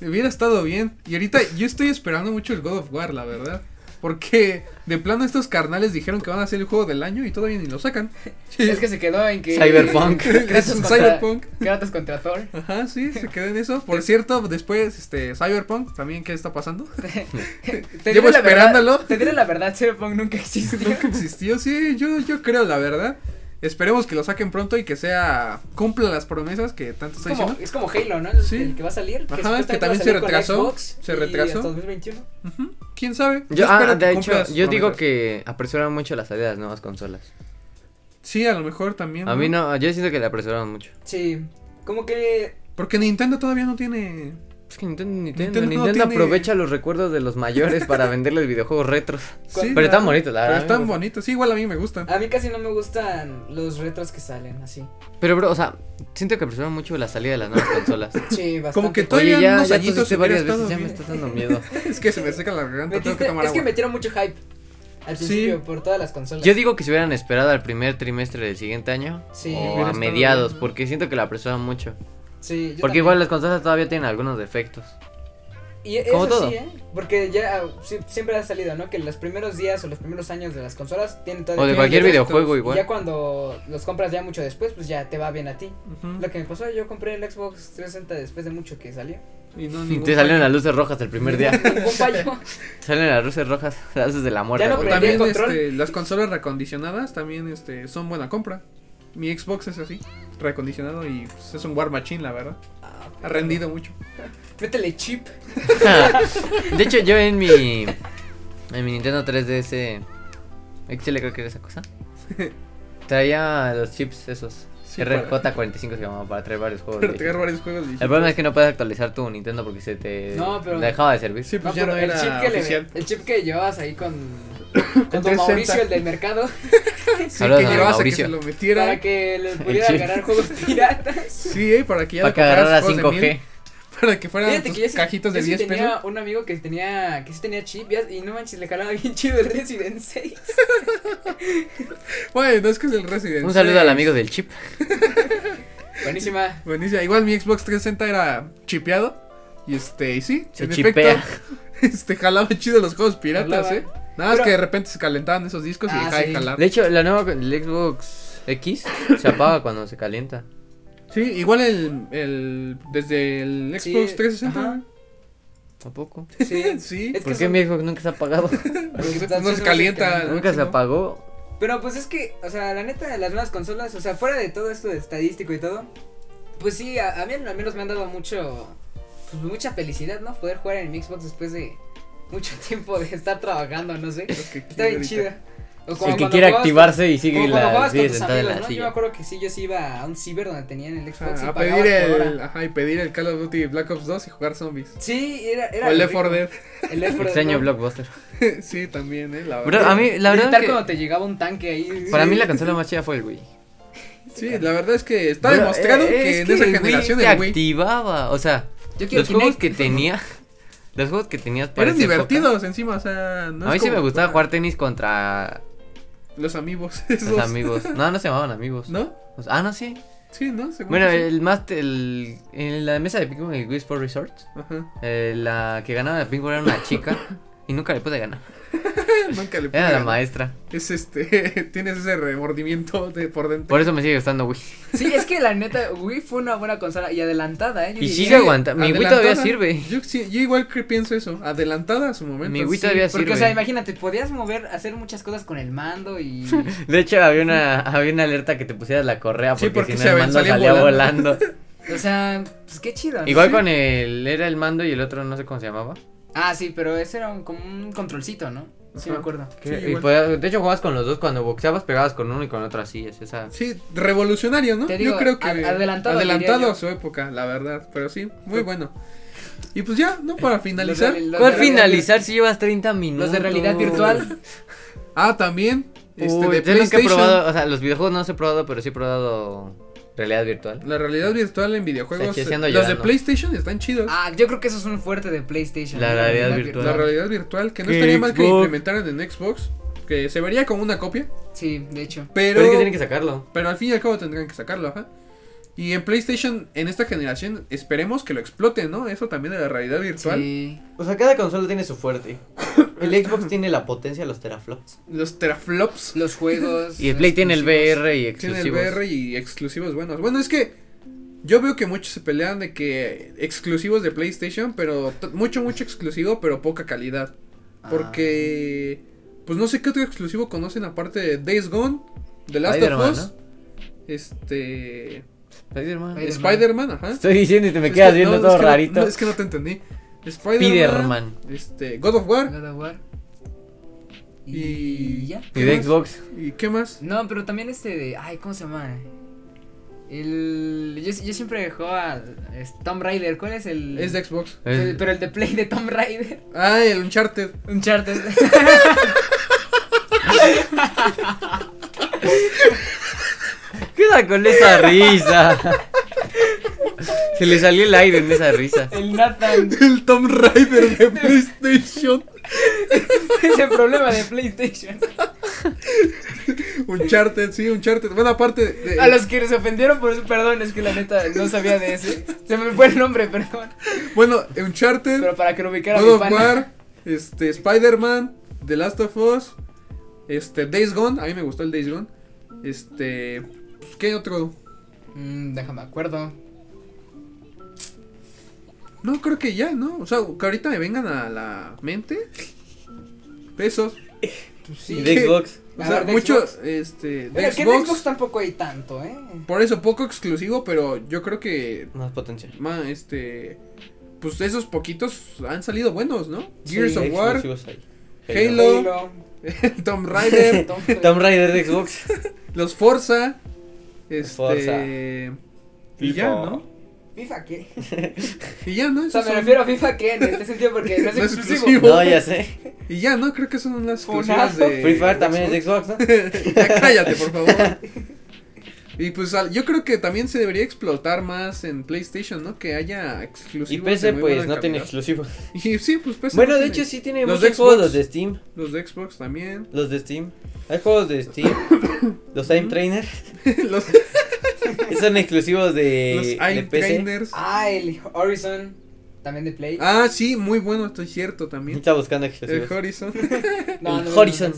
[SPEAKER 1] Hubiera estado bien. Y ahorita yo estoy esperando mucho el God of War, la verdad. Porque de plano estos carnales dijeron que van a hacer el juego del año y todavía ni lo sacan.
[SPEAKER 3] Es que se quedó en que.
[SPEAKER 2] Cyberpunk.
[SPEAKER 1] Es
[SPEAKER 3] Kratos
[SPEAKER 1] un
[SPEAKER 3] contra,
[SPEAKER 1] Cyberpunk.
[SPEAKER 3] Kratos contra Thor.
[SPEAKER 1] Ajá, sí, se quedó en eso. Por cierto, después, este, Cyberpunk, también, ¿qué está pasando?
[SPEAKER 3] Te
[SPEAKER 1] Llevo
[SPEAKER 3] diré la verdad-
[SPEAKER 1] esperándolo.
[SPEAKER 3] te diré la verdad, Cyberpunk nunca existió.
[SPEAKER 1] Nunca existió, sí, yo, yo creo, la verdad. Esperemos que lo saquen pronto y que sea, cumpla las promesas que tanto
[SPEAKER 3] Es
[SPEAKER 1] está
[SPEAKER 3] como,
[SPEAKER 1] diciendo.
[SPEAKER 3] es como Halo, ¿no? El,
[SPEAKER 1] Sí.
[SPEAKER 3] el que va a salir.
[SPEAKER 1] Ajá,
[SPEAKER 3] supuestamente
[SPEAKER 1] que también
[SPEAKER 3] va a
[SPEAKER 1] se
[SPEAKER 3] salir con
[SPEAKER 1] retrasó,
[SPEAKER 3] Xbox
[SPEAKER 1] se
[SPEAKER 3] y
[SPEAKER 1] retrasó.
[SPEAKER 3] Hasta 2021.
[SPEAKER 1] Ujú, ¿Quién sabe?
[SPEAKER 2] Yo,
[SPEAKER 1] espero
[SPEAKER 2] ah,
[SPEAKER 1] que
[SPEAKER 2] de
[SPEAKER 1] cumpla
[SPEAKER 2] hecho,
[SPEAKER 1] las
[SPEAKER 2] yo digo
[SPEAKER 1] promesas.
[SPEAKER 2] que apresuraron mucho la salida de las nuevas consolas.
[SPEAKER 1] Sí, a lo mejor también.
[SPEAKER 2] A mí no, yo siento que la apresuraron mucho.
[SPEAKER 3] Sí. Como que.
[SPEAKER 1] Porque Nintendo todavía no tiene...
[SPEAKER 2] Es que Nintendo, Nintendo,
[SPEAKER 1] Nintendo no
[SPEAKER 2] Nintendo
[SPEAKER 1] tiene-
[SPEAKER 2] aprovecha los recuerdos de los mayores para venderles videojuegos retros.
[SPEAKER 1] Sí,
[SPEAKER 2] Pero
[SPEAKER 1] la-
[SPEAKER 2] están bonitos, la
[SPEAKER 1] Pero
[SPEAKER 2] verdad.
[SPEAKER 1] están bonitos, sí, igual a mí me gustan.
[SPEAKER 3] A mí casi no me gustan los retros que salen así.
[SPEAKER 2] Pero, bro, o sea, siento que apresuraron mucho la salida de las nuevas consolas.
[SPEAKER 3] Sí, bastante.
[SPEAKER 1] Como que
[SPEAKER 2] Oye,
[SPEAKER 1] Todavía
[SPEAKER 2] ya,
[SPEAKER 1] unos
[SPEAKER 2] ya
[SPEAKER 1] añitos
[SPEAKER 2] tosiste varias
[SPEAKER 1] hubiera
[SPEAKER 2] veces, ya
[SPEAKER 1] estado
[SPEAKER 2] me
[SPEAKER 1] bien.
[SPEAKER 2] estás dando miedo.
[SPEAKER 1] Es que se me seca la garganta, tengo
[SPEAKER 3] Metiste-
[SPEAKER 1] que tomar
[SPEAKER 3] es que
[SPEAKER 1] agua.
[SPEAKER 3] metieron mucho hype al
[SPEAKER 1] Sí.
[SPEAKER 3] principio por todas las consolas.
[SPEAKER 2] Yo digo que se hubieran esperado al primer trimestre del siguiente año
[SPEAKER 3] Sí.
[SPEAKER 2] o
[SPEAKER 1] Hubiera
[SPEAKER 2] a
[SPEAKER 1] estado
[SPEAKER 2] mediados,
[SPEAKER 1] bien.
[SPEAKER 2] porque siento que la apresuran mucho.
[SPEAKER 3] Sí, yo
[SPEAKER 2] porque
[SPEAKER 3] también.
[SPEAKER 2] igual las consolas todavía tienen algunos defectos.
[SPEAKER 3] Y es
[SPEAKER 2] como todo.
[SPEAKER 3] así, ¿eh? Porque ya ah, sí- siempre ha salido, ¿no? Que los primeros días o los primeros años de las consolas tienen todavía.
[SPEAKER 2] O de
[SPEAKER 3] tienen
[SPEAKER 2] cualquier
[SPEAKER 3] defectos.
[SPEAKER 2] videojuego
[SPEAKER 3] Y ya
[SPEAKER 2] igual.
[SPEAKER 3] cuando los compras ya mucho después, pues ya te va bien a ti.
[SPEAKER 1] Ujú.
[SPEAKER 3] Lo que me pasó, yo compré el Xbox 360 después de mucho que salió.
[SPEAKER 1] Y no,
[SPEAKER 2] Y
[SPEAKER 1] ningún
[SPEAKER 2] Te
[SPEAKER 1] fallo.
[SPEAKER 2] salieron las luces rojas el primer día.
[SPEAKER 3] Ningún fallo.
[SPEAKER 2] Te salen las luces rojas, las luces de la muerte.
[SPEAKER 3] no
[SPEAKER 1] O
[SPEAKER 3] prendí el
[SPEAKER 1] también
[SPEAKER 3] control.
[SPEAKER 1] este, las consolas reacondicionadas también este, son buena compra. Mi Xbox es así, reacondicionado y pues, es un War Machine, la verdad.
[SPEAKER 3] Ah,
[SPEAKER 1] Ha rendido mucho.
[SPEAKER 3] Métele chip.
[SPEAKER 1] Pues
[SPEAKER 2] De hecho, yo en mi. En mi Nintendo 3DS. XL creo que era esa cosa. Traía los chips esos.
[SPEAKER 1] Sí,
[SPEAKER 2] RJ45 se llamaba para traer varios juegos.
[SPEAKER 1] Para
[SPEAKER 2] de-
[SPEAKER 1] traer varios juegos
[SPEAKER 2] El problema es que no puedes actualizar tu Nintendo porque se te
[SPEAKER 3] No, pero-
[SPEAKER 2] dejaba de servir.
[SPEAKER 1] Sí, pues
[SPEAKER 3] No,
[SPEAKER 1] ya
[SPEAKER 3] pero
[SPEAKER 1] no
[SPEAKER 3] el,
[SPEAKER 1] era
[SPEAKER 3] chip que le-
[SPEAKER 1] oficial.
[SPEAKER 3] el chip que llevabas ahí con, con tu
[SPEAKER 1] 360.
[SPEAKER 3] Mauricio, el del mercado,
[SPEAKER 1] Sí,
[SPEAKER 2] Saludos
[SPEAKER 1] que
[SPEAKER 2] a
[SPEAKER 1] llevabas a que
[SPEAKER 2] Mauricio.
[SPEAKER 1] se lo
[SPEAKER 3] para
[SPEAKER 1] metiera.
[SPEAKER 3] que le pudiera
[SPEAKER 2] chip.
[SPEAKER 3] ganar juegos piratas.
[SPEAKER 1] Sí, eh, para que ya
[SPEAKER 2] Para
[SPEAKER 1] lo
[SPEAKER 2] que agarrara
[SPEAKER 1] compraras juegos de
[SPEAKER 2] 5G.
[SPEAKER 1] mil, Para que fueran
[SPEAKER 3] Fíjate
[SPEAKER 1] tus
[SPEAKER 3] que yo sí,
[SPEAKER 1] cajitos de
[SPEAKER 3] yo sí
[SPEAKER 1] 10
[SPEAKER 3] tenía
[SPEAKER 1] pesos.
[SPEAKER 3] un amigo que tenía, que sí tenía chip ya- y no manches, le jalaba bien chido el Resident 6.
[SPEAKER 1] Bueno, es que es el Resident
[SPEAKER 2] Un saludo al
[SPEAKER 1] seis.
[SPEAKER 2] amigo del chip.
[SPEAKER 3] Buenísima.
[SPEAKER 1] Buenísimo. Igual mi Xbox 360 era chipeado. Y este, y sí,
[SPEAKER 2] Se
[SPEAKER 1] en
[SPEAKER 2] chipea.
[SPEAKER 1] efecto. Este, jalaba chido los juegos piratas,
[SPEAKER 3] Jalaba.
[SPEAKER 1] eh. Nada más
[SPEAKER 3] Pero-
[SPEAKER 1] que de repente se calentaban esos discos y
[SPEAKER 3] Ah,
[SPEAKER 1] dejaba de
[SPEAKER 3] sí.
[SPEAKER 1] jalar.
[SPEAKER 2] De hecho, la nueva el Xbox X se apaga cuando se calienta.
[SPEAKER 1] Sí, igual el, el desde el
[SPEAKER 3] Sí,
[SPEAKER 1] Xbox 360.
[SPEAKER 3] ajá.
[SPEAKER 2] Tampoco.
[SPEAKER 3] Sí.
[SPEAKER 1] Sí,
[SPEAKER 3] Es que
[SPEAKER 2] ¿Por qué
[SPEAKER 3] son-
[SPEAKER 2] mi Xbox nunca se ha apagado?
[SPEAKER 1] porque
[SPEAKER 3] Porque
[SPEAKER 1] pues no se
[SPEAKER 3] entonces
[SPEAKER 1] calienta. al
[SPEAKER 2] nunca se
[SPEAKER 1] máximo.
[SPEAKER 2] apagó.
[SPEAKER 3] Pero pues es que, o sea, la neta, las nuevas consolas, o sea, fuera de todo esto de estadístico y todo, pues sí, a, a mí al menos me han dado mucho, pues mucha felicidad, ¿no? Poder jugar en mi Xbox después de mucho tiempo de estar trabajando, no sé.
[SPEAKER 1] Lo que
[SPEAKER 3] Está
[SPEAKER 1] quiere
[SPEAKER 3] bien
[SPEAKER 1] ahorita.
[SPEAKER 3] chida. O
[SPEAKER 2] El que
[SPEAKER 3] cuando
[SPEAKER 2] quiere
[SPEAKER 3] jugabas con-
[SPEAKER 2] activarse y
[SPEAKER 3] como
[SPEAKER 2] sigue
[SPEAKER 3] cuando
[SPEAKER 2] la
[SPEAKER 3] jugabas con
[SPEAKER 2] sigue
[SPEAKER 3] tus
[SPEAKER 2] sentada en
[SPEAKER 3] amigos,
[SPEAKER 2] la
[SPEAKER 3] ¿no? Yo me
[SPEAKER 2] silla.
[SPEAKER 3] acuerdo que sí, yo sí iba a un ciber donde tenían el Xbox
[SPEAKER 1] Ajá,
[SPEAKER 3] y
[SPEAKER 1] Ah, a
[SPEAKER 3] pagabas
[SPEAKER 1] pedir
[SPEAKER 3] por
[SPEAKER 1] el,
[SPEAKER 3] hora.
[SPEAKER 1] ajá, y pedir el Call of Duty Black Ops 2 y jugar zombies.
[SPEAKER 3] Sí, era, era
[SPEAKER 1] O el eh. Left
[SPEAKER 3] horrible.
[SPEAKER 1] 4 Dead.
[SPEAKER 3] El Left 4 Dead,
[SPEAKER 2] Extraño
[SPEAKER 3] ¿no?
[SPEAKER 2] Blockbuster.
[SPEAKER 1] sí, también, eh, la
[SPEAKER 2] Bro,
[SPEAKER 1] verdad.
[SPEAKER 2] a mí, la verdad.
[SPEAKER 3] Gritar
[SPEAKER 2] es que
[SPEAKER 3] cuando te llegaba un tanque ahí.
[SPEAKER 2] Para mí, la consola más chida fue el Wii.
[SPEAKER 1] Sí, la verdad es que está
[SPEAKER 2] Bro,
[SPEAKER 1] demostrado
[SPEAKER 2] eh,
[SPEAKER 1] que
[SPEAKER 2] es
[SPEAKER 1] en esa
[SPEAKER 2] el Wii
[SPEAKER 1] generación
[SPEAKER 2] te
[SPEAKER 1] el Wii
[SPEAKER 2] activaba. O sea,
[SPEAKER 3] Yo quiero
[SPEAKER 2] los juegos
[SPEAKER 3] Kinect.
[SPEAKER 2] que tenía. Los juegos que tenías para
[SPEAKER 1] eran
[SPEAKER 2] esa época.
[SPEAKER 1] divertidos encima, o sea, no
[SPEAKER 2] a mí
[SPEAKER 1] es
[SPEAKER 2] sí
[SPEAKER 1] como-
[SPEAKER 2] me gustaba jugar tenis contra
[SPEAKER 1] los amigos
[SPEAKER 2] los
[SPEAKER 1] esos.
[SPEAKER 2] amigos. No, no se llamaban amigos.
[SPEAKER 1] ¿No?
[SPEAKER 2] O sea, Ah, no, sí.
[SPEAKER 1] Sí, ¿no? Según
[SPEAKER 2] Bueno,
[SPEAKER 1] yo sí.
[SPEAKER 2] el más. El, en la mesa de Pikmin en el Wii Sport Resort,
[SPEAKER 1] Ajá.
[SPEAKER 2] eh, la que ganaba la Pikmin era una chica. y nunca le pude ganar.
[SPEAKER 1] Nunca le pude
[SPEAKER 2] Era la
[SPEAKER 1] ganar.
[SPEAKER 2] maestra.
[SPEAKER 1] Es este, tienes ese remordimiento de por dentro.
[SPEAKER 2] Por eso me sigue gustando Wii.
[SPEAKER 5] Sí, es que la neta, Wii fue una buena consola y adelantada, ¿eh? Yo
[SPEAKER 2] Y
[SPEAKER 5] diría.
[SPEAKER 2] sigue aguantando. Pues, Mi Wii todavía
[SPEAKER 1] Adelantada.
[SPEAKER 2] sirve.
[SPEAKER 1] Yo, sí- yo igual que pienso eso, adelantada a su momento.
[SPEAKER 2] Mi Wii
[SPEAKER 1] Sí.
[SPEAKER 2] todavía
[SPEAKER 3] Porque,
[SPEAKER 2] sirve.
[SPEAKER 3] o sea, imagínate, podías mover, hacer muchas cosas con el mando y.
[SPEAKER 2] De hecho, había una, había una alerta que te pusieras la correa porque,
[SPEAKER 1] Sí, porque
[SPEAKER 2] si no
[SPEAKER 1] se
[SPEAKER 2] el
[SPEAKER 1] ven-
[SPEAKER 2] mando
[SPEAKER 1] salían
[SPEAKER 2] salía volando.
[SPEAKER 1] volando.
[SPEAKER 3] O sea, pues qué chido. ¿no?
[SPEAKER 2] Igual con el. Era el mando y el otro no sé cómo se llamaba.
[SPEAKER 3] Ah, sí, pero ese era un, como un controlcito, ¿no? Sí, me
[SPEAKER 1] Ajá.
[SPEAKER 3] acuerdo.
[SPEAKER 1] Sí,
[SPEAKER 2] Que- y
[SPEAKER 1] igual.
[SPEAKER 2] podías- de hecho, jugabas con los dos. Cuando boxeabas, pegabas con uno y con otro así. Es esa.
[SPEAKER 1] Sí, revolucionario, ¿no?
[SPEAKER 3] Te digo,
[SPEAKER 1] yo creo que
[SPEAKER 3] ad- adelantado,
[SPEAKER 1] adelantado
[SPEAKER 3] diría yo.
[SPEAKER 1] a su época, la verdad. Pero sí, muy bueno. Y pues ya, ¿no? Para finalizar.
[SPEAKER 3] Los de- los
[SPEAKER 2] ¿Cuál
[SPEAKER 3] de realidad
[SPEAKER 2] finalizar si llevas 30 minutos?
[SPEAKER 3] Los de realidad virtual.
[SPEAKER 1] Ah, también. Este, de
[SPEAKER 2] Uy, yo nunca he
[SPEAKER 1] PlayStation.
[SPEAKER 2] probado. O sea, los videojuegos no los he probado, pero sí he probado realidad virtual.
[SPEAKER 1] La realidad virtual en videojuegos.
[SPEAKER 2] Estoy
[SPEAKER 1] eh,
[SPEAKER 2] haciendo
[SPEAKER 1] los
[SPEAKER 2] llorando.
[SPEAKER 1] de PlayStation están chidos.
[SPEAKER 3] Ah, yo creo que eso es un fuerte de PlayStation.
[SPEAKER 2] La
[SPEAKER 3] ¿no?
[SPEAKER 2] realidad virtual.
[SPEAKER 1] la realidad virtual, que no
[SPEAKER 2] Que
[SPEAKER 1] estaría mal que
[SPEAKER 2] Xbox.
[SPEAKER 1] implementaran en Xbox. Que se vería como una copia.
[SPEAKER 3] Sí, de hecho.
[SPEAKER 2] Pero,
[SPEAKER 1] Pero,
[SPEAKER 2] es que tienen que sacarlo.
[SPEAKER 1] Pero al fin y al cabo tendrán que sacarlo, ajá. Y en PlayStation, en esta generación, esperemos que lo exploten, ¿no? Eso también de la realidad virtual.
[SPEAKER 3] Sí.
[SPEAKER 2] O sea, cada consola tiene su fuerte. El Xbox tiene la potencia de los teraflops.
[SPEAKER 1] Los teraflops.
[SPEAKER 3] Los juegos.
[SPEAKER 6] Y el Play tiene el
[SPEAKER 3] exclusivos.
[SPEAKER 6] VR y
[SPEAKER 1] Tiene el
[SPEAKER 6] exclusivos.
[SPEAKER 1] VR y exclusivos buenos. Bueno, es que yo veo que muchos se pelean de que exclusivos de PlayStation, pero t- mucho, mucho exclusivo, pero poca calidad.
[SPEAKER 3] Ah.
[SPEAKER 1] Porque,
[SPEAKER 2] Ah.
[SPEAKER 1] pues no sé qué otro exclusivo conocen aparte de Days Gone, The Last of
[SPEAKER 6] Spider-Man,
[SPEAKER 1] Us,
[SPEAKER 6] ¿no?
[SPEAKER 1] este,
[SPEAKER 6] Spider-Man.
[SPEAKER 3] Spider-Man.
[SPEAKER 1] Spider-Man, ajá.
[SPEAKER 6] Estoy diciendo y te me
[SPEAKER 1] Es
[SPEAKER 6] quedas
[SPEAKER 1] que-
[SPEAKER 6] viendo
[SPEAKER 1] no,
[SPEAKER 6] todo
[SPEAKER 1] es que no-
[SPEAKER 6] rarito.
[SPEAKER 1] no, es que no te entendí. Spider-Man,
[SPEAKER 6] Spider-Man.
[SPEAKER 1] este, God of War
[SPEAKER 3] God of War.
[SPEAKER 1] y,
[SPEAKER 3] Y ya.
[SPEAKER 6] Y
[SPEAKER 1] ¿qué
[SPEAKER 6] de
[SPEAKER 1] más?
[SPEAKER 6] Xbox.
[SPEAKER 1] ¿Y qué más?
[SPEAKER 3] No, pero también este de. Ay, ¿cómo se llama? El. Yo, yo siempre jugaba al- es Tomb Raider. ¿Cuál es el.?
[SPEAKER 1] Es de Xbox.
[SPEAKER 3] el- pero el de Play de Tomb Raider.
[SPEAKER 1] Ah, el Uncharted.
[SPEAKER 3] Uncharted.
[SPEAKER 6] Queda con esa risa. Se le salió el aire en esa risa.
[SPEAKER 3] el Nathan.
[SPEAKER 1] El Tomb Raider de PlayStation.
[SPEAKER 3] es el problema de PlayStation.
[SPEAKER 1] Uncharted, sí, Uncharted. Bueno, aparte de-
[SPEAKER 3] A los que se ofendieron por eso, perdón, es que la neta no sabía de ese. Se me fue el nombre, perdón.
[SPEAKER 1] Bueno, Uncharted,
[SPEAKER 3] Pero para que lo ubicara
[SPEAKER 1] God
[SPEAKER 3] mi
[SPEAKER 1] of
[SPEAKER 3] pana.
[SPEAKER 1] War, este, Spider-Man, The Last of Us, este, Days Gone, a mí me gustó el Days Gone. Este, pues, ¿qué otro?
[SPEAKER 3] Mm, déjame acuerdo.
[SPEAKER 1] No, creo que ya, ¿no? O sea, que ahorita me vengan a la mente. Pesos.
[SPEAKER 6] Y de Xbox.
[SPEAKER 1] O
[SPEAKER 3] A
[SPEAKER 1] sea,
[SPEAKER 3] ver, de
[SPEAKER 1] muchos,
[SPEAKER 3] Xbox.
[SPEAKER 1] este, de
[SPEAKER 3] Pero es que en
[SPEAKER 1] Xbox,
[SPEAKER 3] Xbox tampoco hay tanto, ¿eh?
[SPEAKER 1] Por eso poco exclusivo, pero yo creo que
[SPEAKER 2] Más potencia.
[SPEAKER 1] Ma, este. Pues esos poquitos han salido buenos, ¿no? Gears of War,
[SPEAKER 2] Exclusivos hay.
[SPEAKER 1] Halo. Tomb Raider,
[SPEAKER 3] Tomb Raider.
[SPEAKER 2] Tomb Raider de Xbox.
[SPEAKER 1] los Forza. Este.
[SPEAKER 2] Forza.
[SPEAKER 1] Y ya, ¿no?
[SPEAKER 3] ¿FIFA qué?
[SPEAKER 1] Y ya, ¿no?
[SPEAKER 3] O sea,
[SPEAKER 1] Esos
[SPEAKER 3] me
[SPEAKER 1] son-
[SPEAKER 3] refiero a FIFA que en este sentido porque no es
[SPEAKER 1] No es
[SPEAKER 3] exclusivo.
[SPEAKER 1] exclusivo.
[SPEAKER 2] No, ya sé.
[SPEAKER 1] Y ya, ¿no? Creo que son las
[SPEAKER 3] Funazo.
[SPEAKER 1] exclusivas de.
[SPEAKER 2] Free Fire también es de Xbox, ¿no?
[SPEAKER 1] Ya cállate, por favor. Y pues al- yo creo que también se debería explotar más en PlayStation, ¿no? Que haya exclusivos.
[SPEAKER 2] Y
[SPEAKER 1] de
[SPEAKER 2] PC,
[SPEAKER 1] muy
[SPEAKER 2] pues,
[SPEAKER 1] buena
[SPEAKER 2] no tiene
[SPEAKER 1] calidad.
[SPEAKER 2] exclusivos.
[SPEAKER 1] Y sí, pues PC.
[SPEAKER 2] Bueno,
[SPEAKER 1] no
[SPEAKER 2] de
[SPEAKER 1] tiene.
[SPEAKER 2] hecho, sí tiene
[SPEAKER 1] Los
[SPEAKER 2] muchos
[SPEAKER 1] de
[SPEAKER 2] juegos
[SPEAKER 1] Xbox.
[SPEAKER 2] los de Steam.
[SPEAKER 1] Los de Xbox también.
[SPEAKER 2] Los de Steam. Hay juegos de Steam. los Time Trainer.
[SPEAKER 1] los
[SPEAKER 2] Son exclusivos
[SPEAKER 1] los
[SPEAKER 2] Eh, de, de
[SPEAKER 1] Eye
[SPEAKER 2] PC.
[SPEAKER 1] Trainers.
[SPEAKER 3] Ah, el Horizon. También de Play.
[SPEAKER 1] Ah, sí, muy bueno, esto es cierto también.
[SPEAKER 2] Está buscando exclusivos.
[SPEAKER 1] El Horizon.
[SPEAKER 2] el Horizon.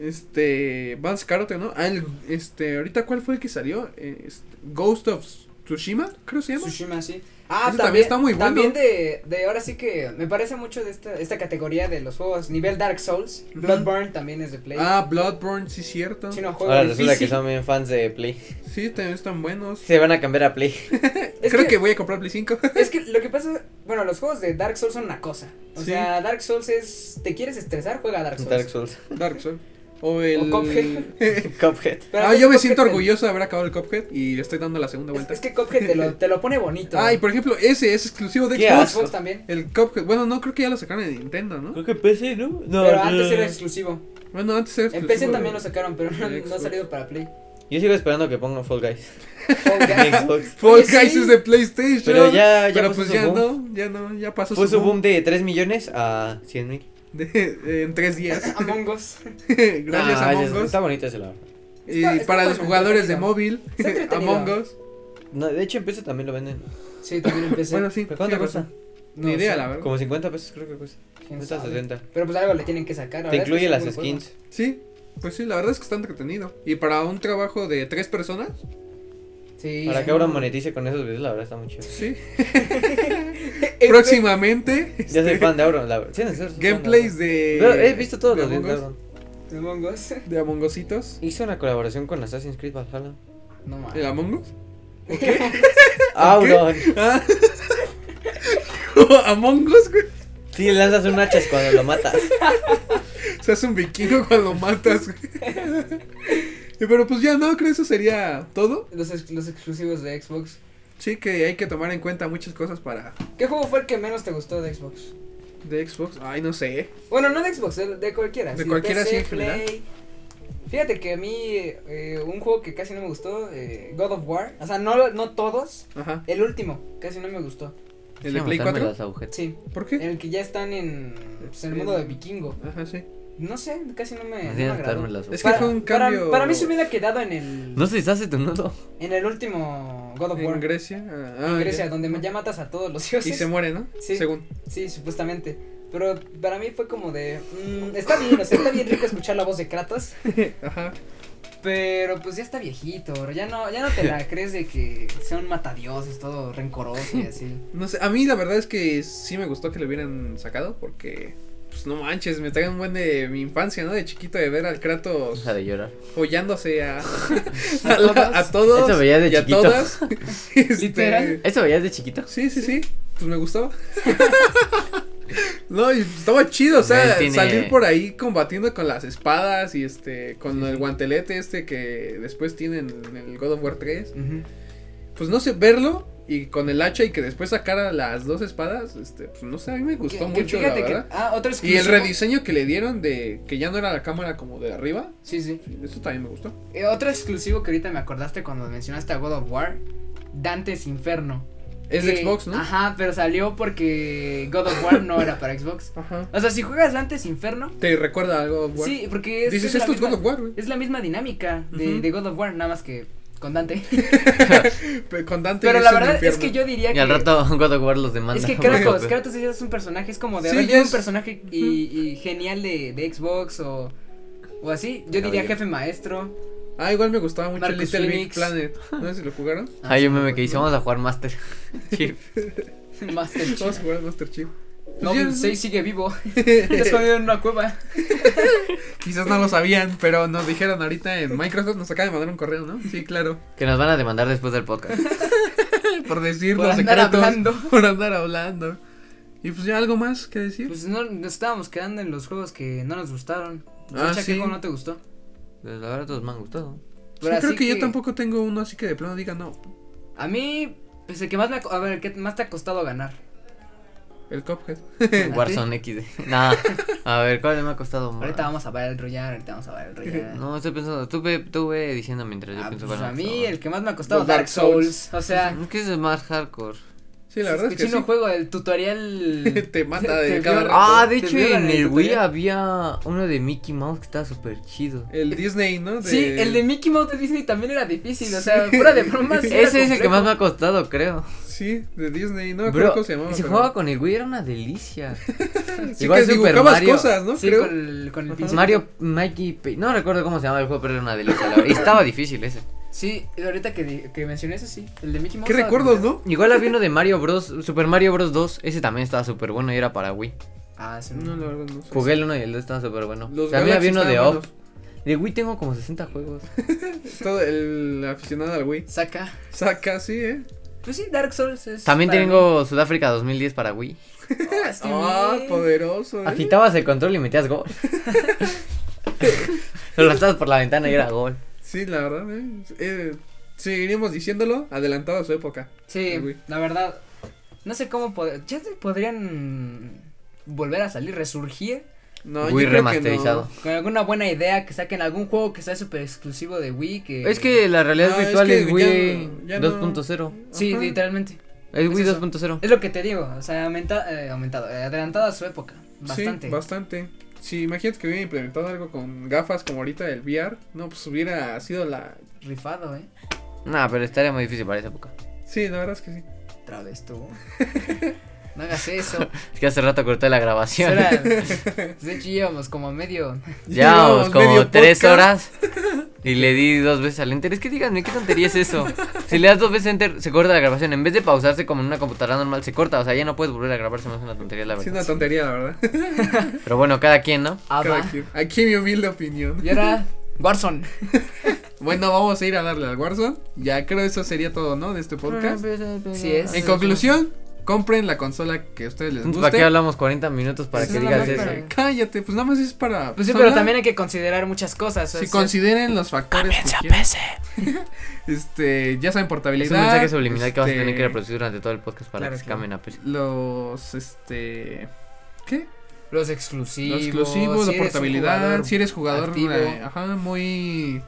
[SPEAKER 1] este, Vance Carote, ¿no? Ah, el, este, ahorita, ¿cuál fue el que salió? Eh, este, Ghost of Tsushima, creo que se llama.
[SPEAKER 3] Tsushima, sí. Ah,
[SPEAKER 1] Ese también
[SPEAKER 3] también,
[SPEAKER 1] está muy bueno.
[SPEAKER 3] También de, de ahora sí que me parece mucho de esta, esta categoría de los juegos. Nivel Dark Souls.
[SPEAKER 1] Ujú.
[SPEAKER 3] Bloodborne también es de Play.
[SPEAKER 1] Ah, Bloodborne, sí, cierto.
[SPEAKER 3] Chino juego
[SPEAKER 2] Ahora
[SPEAKER 3] difícil.
[SPEAKER 2] resulta que son bien fans de Play.
[SPEAKER 1] Sí, también están buenos.
[SPEAKER 2] Se van a cambiar a Play.
[SPEAKER 3] Es
[SPEAKER 1] creo que...
[SPEAKER 3] que-
[SPEAKER 1] voy a comprar Play 5.
[SPEAKER 3] Es que lo que pasa, bueno, los juegos de Dark Souls son una cosa. O
[SPEAKER 1] Sí.
[SPEAKER 3] sea, Dark Souls es, ¿te quieres estresar? Juega a Dark Souls.
[SPEAKER 2] Dark Souls.
[SPEAKER 1] Dark Souls. O el.
[SPEAKER 3] Cuphead.
[SPEAKER 2] Cuphead.
[SPEAKER 3] Pero
[SPEAKER 1] ah,
[SPEAKER 3] es que
[SPEAKER 1] yo me
[SPEAKER 3] Cuphead
[SPEAKER 1] siento
[SPEAKER 3] te-
[SPEAKER 1] orgulloso de haber acabado el Cuphead y le estoy dando la segunda
[SPEAKER 3] Es,
[SPEAKER 1] vuelta.
[SPEAKER 3] es que Cuphead te lo, te lo pone bonito.
[SPEAKER 1] Ah, y por ejemplo, ese es exclusivo de
[SPEAKER 2] Qué
[SPEAKER 1] Xbox.
[SPEAKER 2] asco.
[SPEAKER 3] Xbox también.
[SPEAKER 1] El Cuphead. Bueno, no, creo que ya lo sacaron en Nintendo, ¿no?
[SPEAKER 3] Pues,
[SPEAKER 2] Creo que PC, ¿no? No.
[SPEAKER 3] Pero antes era exclusivo.
[SPEAKER 1] Bueno, antes era
[SPEAKER 3] En
[SPEAKER 1] exclusivo.
[SPEAKER 3] PC
[SPEAKER 1] de-
[SPEAKER 3] también lo sacaron, pero no,
[SPEAKER 1] de
[SPEAKER 3] no ha
[SPEAKER 1] Xbox.
[SPEAKER 3] salido para Play.
[SPEAKER 2] Yo sigo esperando que pongan Fall Guys.
[SPEAKER 3] Fall
[SPEAKER 2] en
[SPEAKER 3] Guys.
[SPEAKER 2] Xbox.
[SPEAKER 1] Fall
[SPEAKER 3] Oye,
[SPEAKER 1] Guys
[SPEAKER 3] sí.
[SPEAKER 1] es de PlayStation.
[SPEAKER 2] Pero ya, ya
[SPEAKER 1] Pero
[SPEAKER 2] puso
[SPEAKER 1] pues
[SPEAKER 2] su
[SPEAKER 1] ya
[SPEAKER 2] boom.
[SPEAKER 1] no, ya no, ya pasó
[SPEAKER 2] Fue
[SPEAKER 1] su
[SPEAKER 2] su boom de 3 millones a 100 mil.
[SPEAKER 1] de- en tres días.
[SPEAKER 3] Among Us.
[SPEAKER 1] Gracias a
[SPEAKER 2] Ah, ya
[SPEAKER 1] Among
[SPEAKER 2] sé,
[SPEAKER 1] Us.
[SPEAKER 2] Está bonito ese lado.
[SPEAKER 1] Y
[SPEAKER 3] Está- está
[SPEAKER 1] para los
[SPEAKER 3] bueno,
[SPEAKER 1] jugadores de
[SPEAKER 3] entretenido.
[SPEAKER 1] móvil,
[SPEAKER 3] Está entretenido.
[SPEAKER 1] Among Us.
[SPEAKER 2] No, de hecho, en PC también lo venden.
[SPEAKER 3] Sí, también en PC.
[SPEAKER 1] Bueno, sí.
[SPEAKER 2] ¿Pero cuánto
[SPEAKER 1] sí,
[SPEAKER 2] cuesta?
[SPEAKER 1] Ni
[SPEAKER 3] No
[SPEAKER 1] idea,
[SPEAKER 3] sé,
[SPEAKER 1] la verdad.
[SPEAKER 2] Como 50 pesos creo que pues- cuesta.
[SPEAKER 3] quién
[SPEAKER 2] 50,
[SPEAKER 3] sabe.
[SPEAKER 2] 60.
[SPEAKER 3] Pero pues algo le tienen que sacar. la verdad
[SPEAKER 2] Te
[SPEAKER 3] es que
[SPEAKER 2] incluye
[SPEAKER 3] es
[SPEAKER 2] las
[SPEAKER 3] un buen juego.
[SPEAKER 2] skins.
[SPEAKER 1] Sí, pues sí, la verdad es que está entretenido. Y para un trabajo de tres personas,
[SPEAKER 3] Sí.
[SPEAKER 2] Para que ahora monetice con esos videos, la verdad está muy chido.
[SPEAKER 1] sí.
[SPEAKER 3] Este-
[SPEAKER 1] Próximamente,
[SPEAKER 2] Ya soy
[SPEAKER 1] este,
[SPEAKER 2] fan de Auron, la verdad. Sí, en serio, soy fan de
[SPEAKER 1] gameplays
[SPEAKER 2] Auron.
[SPEAKER 1] de.
[SPEAKER 2] Pero he visto todos
[SPEAKER 1] de
[SPEAKER 2] los videos de
[SPEAKER 1] Among Us.
[SPEAKER 2] Auron.
[SPEAKER 3] De Among Us.
[SPEAKER 1] De Among Usitos.
[SPEAKER 2] Hizo una colaboración con Assassin's Creed Valhalla.
[SPEAKER 3] No
[SPEAKER 1] ¿El
[SPEAKER 3] mames.
[SPEAKER 1] Among Us?
[SPEAKER 2] Auron.
[SPEAKER 1] Ah. Among Us, güey.
[SPEAKER 2] Sí, le lanzas un hachas cuando lo matas.
[SPEAKER 1] Se hace un vikingo cuando matas, güey. Pero pues ya no, creo que eso sería todo.
[SPEAKER 3] Los, ex- los exclusivos de Xbox.
[SPEAKER 1] Sí, que hay que tomar en cuenta muchas cosas para
[SPEAKER 3] ¿Qué juego fue el que menos te gustó de Xbox?
[SPEAKER 1] de Xbox. Ay, no sé.
[SPEAKER 3] Bueno, no de Xbox, de, de cualquiera.
[SPEAKER 1] De
[SPEAKER 3] sí,
[SPEAKER 1] cualquiera, sí, en general.
[SPEAKER 3] Play. Fíjate que a mí eh, un juego que casi no me gustó, eh, God of War. O sea, no, no todos.
[SPEAKER 1] Ajá.
[SPEAKER 3] El último, casi no me gustó.
[SPEAKER 1] ¿El de Play
[SPEAKER 6] Matarme
[SPEAKER 1] 4?
[SPEAKER 6] las agujetas.
[SPEAKER 3] Sí,
[SPEAKER 1] ¿Por
[SPEAKER 3] en
[SPEAKER 1] qué?
[SPEAKER 3] el que ya están en, pues, en el mundo de vikingo.
[SPEAKER 1] Ajá, sí.
[SPEAKER 3] No sé, casi no me, no
[SPEAKER 6] Así
[SPEAKER 3] me
[SPEAKER 6] de
[SPEAKER 3] agradó.
[SPEAKER 6] matarme las
[SPEAKER 1] Es
[SPEAKER 6] agujetas.
[SPEAKER 1] que fue un
[SPEAKER 3] para-
[SPEAKER 1] cambio-
[SPEAKER 3] Para, mí se hubiera quedado en el,
[SPEAKER 6] No se deshace tu nudo.
[SPEAKER 3] en el último God of War.
[SPEAKER 1] En Grecia. ah, ah,
[SPEAKER 3] Grecia,
[SPEAKER 1] ya.
[SPEAKER 3] donde ya matas a todos los
[SPEAKER 1] Y
[SPEAKER 3] dioses.
[SPEAKER 1] se muere, ¿no?
[SPEAKER 3] Sí.
[SPEAKER 1] Según.
[SPEAKER 3] Sí, supuestamente. Pero para mí fue como de. mm, está bien, o sea, está bien rico escuchar la voz de Kratos.
[SPEAKER 1] Ajá.
[SPEAKER 3] Pero pues ya está viejito, ya no, ya no te la crees de que sea un matadioses, todo rencoroso y así.
[SPEAKER 1] No sé, a mí la verdad es que sí me gustó que lo hubieran sacado porque, pues no manches, me traen un buen de mi infancia, ¿no? De chiquito de ver al Kratos
[SPEAKER 2] Deja de llorar.
[SPEAKER 1] follándose a, a, la- a todos
[SPEAKER 2] Eso veía de
[SPEAKER 1] y a
[SPEAKER 2] chiquito.
[SPEAKER 1] todas. Este,
[SPEAKER 3] Literal.
[SPEAKER 2] ¿Eso veías de chiquito?
[SPEAKER 1] Sí, sí, sí, pues me gustó. No, y estaba chido, o sea,
[SPEAKER 2] Pues Él tiene-
[SPEAKER 1] salir por ahí combatiendo con las espadas y este, con el guantelete este que después tienen en el God of War 3. pues no sé, verlo y con el hacha y que después sacara las dos espadas, este, pues no sé, a mí me gustó
[SPEAKER 3] Que- que
[SPEAKER 1] mucho, la
[SPEAKER 3] fíjate que-
[SPEAKER 1] verdad.
[SPEAKER 3] Ah, otro
[SPEAKER 1] Y el
[SPEAKER 3] exclusivo.
[SPEAKER 1] rediseño que le dieron de que ya no era la cámara como de arriba,
[SPEAKER 3] Sí, sí.
[SPEAKER 1] eso también me gustó.
[SPEAKER 3] Eh, otro exclusivo que ahorita me acordaste cuando mencionaste a God of War, Dante's Inferno.
[SPEAKER 1] Es de
[SPEAKER 3] Que-
[SPEAKER 1] Xbox, ¿no?
[SPEAKER 3] Ajá, pero salió porque God of War no era para Xbox.
[SPEAKER 1] Ajá.
[SPEAKER 3] O sea, si juegas Dante's Inferno,
[SPEAKER 1] ¿Te recuerda a God of War?
[SPEAKER 3] sí, porque es,
[SPEAKER 1] Dices,
[SPEAKER 3] es la
[SPEAKER 1] esto es God
[SPEAKER 3] misma-
[SPEAKER 1] of War, güey.
[SPEAKER 3] es la misma dinámica de,
[SPEAKER 1] Ujú.
[SPEAKER 3] de God of War, nada más que con Dante.
[SPEAKER 1] Pe- Con Dante
[SPEAKER 3] Pero
[SPEAKER 1] y
[SPEAKER 3] la
[SPEAKER 1] el
[SPEAKER 3] verdad es
[SPEAKER 1] infierno.
[SPEAKER 3] que yo diría
[SPEAKER 2] Y
[SPEAKER 3] que
[SPEAKER 2] al rato God of War los demanda.
[SPEAKER 3] Es que
[SPEAKER 2] por
[SPEAKER 3] Kratos,
[SPEAKER 2] copia.
[SPEAKER 3] Kratos es un personaje, es como de
[SPEAKER 1] Sí,
[SPEAKER 3] haber
[SPEAKER 1] ya
[SPEAKER 3] sido un
[SPEAKER 1] es-
[SPEAKER 3] personaje y, y genial de, de Xbox o, o así. Yo diría
[SPEAKER 2] Caballero.
[SPEAKER 3] jefe maestro.
[SPEAKER 1] Ah, igual me gustaba mucho
[SPEAKER 3] Marcus
[SPEAKER 1] Little Big
[SPEAKER 3] Phoenix.
[SPEAKER 1] Planet. No sé si lo jugaron.
[SPEAKER 2] Hay un meme que dice, vamos a jugar Master Chief.
[SPEAKER 3] Master
[SPEAKER 1] Vamos a
[SPEAKER 3] Chief.
[SPEAKER 1] jugar al Master Chief.
[SPEAKER 3] No,
[SPEAKER 1] Pues ya-
[SPEAKER 3] 6 sigue vivo. Está escondido en una cueva.
[SPEAKER 1] Quizás no lo sabían, pero nos dijeron ahorita en Microsoft nos acaba de mandar un correo, ¿no? Sí, claro.
[SPEAKER 2] Que nos van a demandar después del podcast.
[SPEAKER 1] Por decir
[SPEAKER 3] Por
[SPEAKER 1] los
[SPEAKER 3] andar
[SPEAKER 1] secretos,
[SPEAKER 3] hablando.
[SPEAKER 1] Por andar hablando. Y pues ya algo más que decir.
[SPEAKER 3] Pues no, nos estábamos quedando en los juegos que no nos gustaron.
[SPEAKER 1] Ah,
[SPEAKER 3] Chacha,
[SPEAKER 1] sí.
[SPEAKER 3] ¿qué juego no te gustó?
[SPEAKER 2] Pues la verdad todos me han gustado.
[SPEAKER 1] Sí,
[SPEAKER 3] Pero
[SPEAKER 1] creo
[SPEAKER 3] así
[SPEAKER 1] que, yo tampoco tengo uno así que de plano diga no.
[SPEAKER 3] A mí, pues el que más me ha, co- a ver, el que más te ha costado ganar.
[SPEAKER 1] El Cuphead.
[SPEAKER 2] Warzone XD. Nah. A ver, ¿cuál me ha costado más?
[SPEAKER 3] Ahorita vamos a ver el Royal, ahorita vamos a ver el Royal.
[SPEAKER 2] No, estoy pensando. Tú ve, tú ve diciendo mientras yo
[SPEAKER 3] Ah,
[SPEAKER 2] pienso
[SPEAKER 3] pues
[SPEAKER 2] cuál
[SPEAKER 3] a
[SPEAKER 2] me ha
[SPEAKER 3] mí
[SPEAKER 2] gustado.
[SPEAKER 3] el que más me ha costado
[SPEAKER 1] Los Dark
[SPEAKER 3] Dark Souls. O sea,
[SPEAKER 2] Es que es más hardcore.
[SPEAKER 1] Sí, la verdad es que
[SPEAKER 3] chino
[SPEAKER 1] sí.
[SPEAKER 3] juego el tutorial.
[SPEAKER 1] Te mata
[SPEAKER 3] Te
[SPEAKER 1] de cada
[SPEAKER 3] viola.
[SPEAKER 1] rato.
[SPEAKER 2] Ah, de
[SPEAKER 3] te
[SPEAKER 2] hecho
[SPEAKER 3] violan
[SPEAKER 2] en
[SPEAKER 3] el
[SPEAKER 2] el Wii
[SPEAKER 3] tutorial.
[SPEAKER 2] había uno de Mickey Mouse que estaba súper chido.
[SPEAKER 1] El Disney, ¿no?
[SPEAKER 3] Sí, el de Mickey Mouse de Disney también era difícil, o sea, fuera de bromas. era
[SPEAKER 2] Ese es el que más me
[SPEAKER 3] complejo.
[SPEAKER 2] ha costado, creo.
[SPEAKER 1] Sí, de Disney. No me acuerdo
[SPEAKER 2] Bro,
[SPEAKER 1] cómo se llamaba.
[SPEAKER 2] y se
[SPEAKER 1] pero-
[SPEAKER 2] jugaba con el Wii, era una delicia.
[SPEAKER 1] Sí,
[SPEAKER 2] igual
[SPEAKER 1] que
[SPEAKER 2] Super
[SPEAKER 1] dibujabas
[SPEAKER 2] Mario.
[SPEAKER 1] cosas, ¿no?
[SPEAKER 3] Sí,
[SPEAKER 1] Creo.
[SPEAKER 3] con el, con el pinche-
[SPEAKER 2] Mario, Mikey, Pe- no recuerdo cómo se llamaba el juego, pero era una delicia. la verdad. Y estaba difícil ese.
[SPEAKER 3] Sí, ahorita que, di- que mencioné eso, sí. El de Mickey Mouse.
[SPEAKER 1] Qué
[SPEAKER 3] estaba
[SPEAKER 1] recuerdos,
[SPEAKER 3] complicado.
[SPEAKER 1] ¿no?
[SPEAKER 2] Igual había uno de Mario Bros, Super Mario Bros 2, ese también estaba súper bueno y era para Wii.
[SPEAKER 3] Ah, sí.
[SPEAKER 1] No, la verdad no sé.
[SPEAKER 2] Jugué el uno y el 2 estaba súper bueno.
[SPEAKER 1] Los
[SPEAKER 2] También
[SPEAKER 1] Galaxy
[SPEAKER 2] había uno de
[SPEAKER 1] estaban
[SPEAKER 2] Off. De Wii tengo como 60 juegos.
[SPEAKER 1] buenos. Todo el aficionado al Wii.
[SPEAKER 3] Saca.
[SPEAKER 1] Saca, sí, ¿eh?
[SPEAKER 3] Pues sí, Dark Souls es.
[SPEAKER 2] También
[SPEAKER 3] para
[SPEAKER 2] tengo Sudáfrica 2010 para Wii.
[SPEAKER 3] mí- Ah, está
[SPEAKER 1] Ah,
[SPEAKER 3] bien.
[SPEAKER 1] poderoso. ¿eh?
[SPEAKER 2] Agitabas el control y metías gol. Lo lanzabas por la ventana y era gol.
[SPEAKER 1] Sí, la verdad, ¿eh? eh seguiríamos diciéndolo adelantado a su época.
[SPEAKER 3] Sí,
[SPEAKER 1] Uy.
[SPEAKER 3] la verdad. No sé cómo. pod- ya se podrían volver a salir, resurgir.
[SPEAKER 1] No,
[SPEAKER 2] Wii
[SPEAKER 1] yo creo que no.
[SPEAKER 2] remasterizado.
[SPEAKER 3] Con alguna buena idea que saquen algún juego que sea súper exclusivo de Wii. Que...
[SPEAKER 2] Es que la realidad
[SPEAKER 1] No, es
[SPEAKER 2] virtual
[SPEAKER 1] que
[SPEAKER 2] es,
[SPEAKER 1] ya
[SPEAKER 2] Wii
[SPEAKER 1] no- ya no-
[SPEAKER 2] 2.0.
[SPEAKER 3] Sí,
[SPEAKER 1] Ajá.
[SPEAKER 3] literalmente.
[SPEAKER 2] Es
[SPEAKER 3] Es
[SPEAKER 2] Wii
[SPEAKER 3] eso.
[SPEAKER 2] 2.0.
[SPEAKER 3] Es lo que te digo, o sea, aumenta, eh, aumentado, eh, adelantado a su época, bastante.
[SPEAKER 1] Sí, bastante. Si imagínate que hubiera implementado algo con gafas como ahorita el VR, no, pues hubiera sido la...
[SPEAKER 3] Rifado, ¿eh?
[SPEAKER 2] Nah, pero estaría muy difícil para esa época.
[SPEAKER 1] Sí, la verdad es que sí.
[SPEAKER 3] Otra vez tú. no hagas eso.
[SPEAKER 2] Es que hace rato corté la
[SPEAKER 3] Eso
[SPEAKER 2] grabación.
[SPEAKER 3] era- de hecho, íbamos como a medio.
[SPEAKER 2] Llevábamos
[SPEAKER 1] Llevamos
[SPEAKER 2] pues, como
[SPEAKER 1] medio
[SPEAKER 2] tres
[SPEAKER 1] podcast.
[SPEAKER 2] horas y le di dos veces al enter. Es que díganme, ¿qué tontería es eso? Si le das dos veces enter, se corta la grabación. En vez de pausarse como en una computadora normal, se corta. O sea, ya no puedes volver a grabarse más una tontería, la
[SPEAKER 1] Sí,
[SPEAKER 2] verdad.
[SPEAKER 1] una tontería, la verdad.
[SPEAKER 2] Pero bueno, cada quien, ¿no?
[SPEAKER 3] Ah,
[SPEAKER 1] Cada
[SPEAKER 3] va.
[SPEAKER 1] quien. Aquí mi humilde opinión.
[SPEAKER 3] Y ahora, Warzone.
[SPEAKER 1] Bueno, vamos a ir a darle al Warzone. Ya creo eso sería todo, ¿no? De este podcast.
[SPEAKER 3] Ah, Sí es.
[SPEAKER 1] En conclusión, compren la consola que a ustedes les
[SPEAKER 2] Pues, ¿Para qué
[SPEAKER 1] guste.
[SPEAKER 2] hablamos 40 minutos para
[SPEAKER 3] Pues
[SPEAKER 2] que
[SPEAKER 3] no,
[SPEAKER 2] digas
[SPEAKER 3] no,
[SPEAKER 2] eso?
[SPEAKER 3] pero-
[SPEAKER 1] Cállate, pues nada más es para...
[SPEAKER 3] Pues sí,
[SPEAKER 1] hablar.
[SPEAKER 3] pero también hay que considerar muchas cosas. o
[SPEAKER 1] Si
[SPEAKER 3] sea,
[SPEAKER 1] consideren los factores que quieran. Este, ya saben
[SPEAKER 2] Es
[SPEAKER 1] portabilidad.
[SPEAKER 2] un mensaje subliminal que vas a
[SPEAKER 1] este,
[SPEAKER 2] tener que reproducir durante todo el podcast para
[SPEAKER 3] Claro,
[SPEAKER 2] que se
[SPEAKER 3] claro.
[SPEAKER 2] cambien a PC.
[SPEAKER 1] Los, este... ¿Qué?
[SPEAKER 3] Los exclusivos.
[SPEAKER 1] Los exclusivos, la
[SPEAKER 3] si eres un
[SPEAKER 1] portabilidad,
[SPEAKER 3] jugador
[SPEAKER 1] si eres jugador
[SPEAKER 3] activo.
[SPEAKER 1] eh, ajá, muy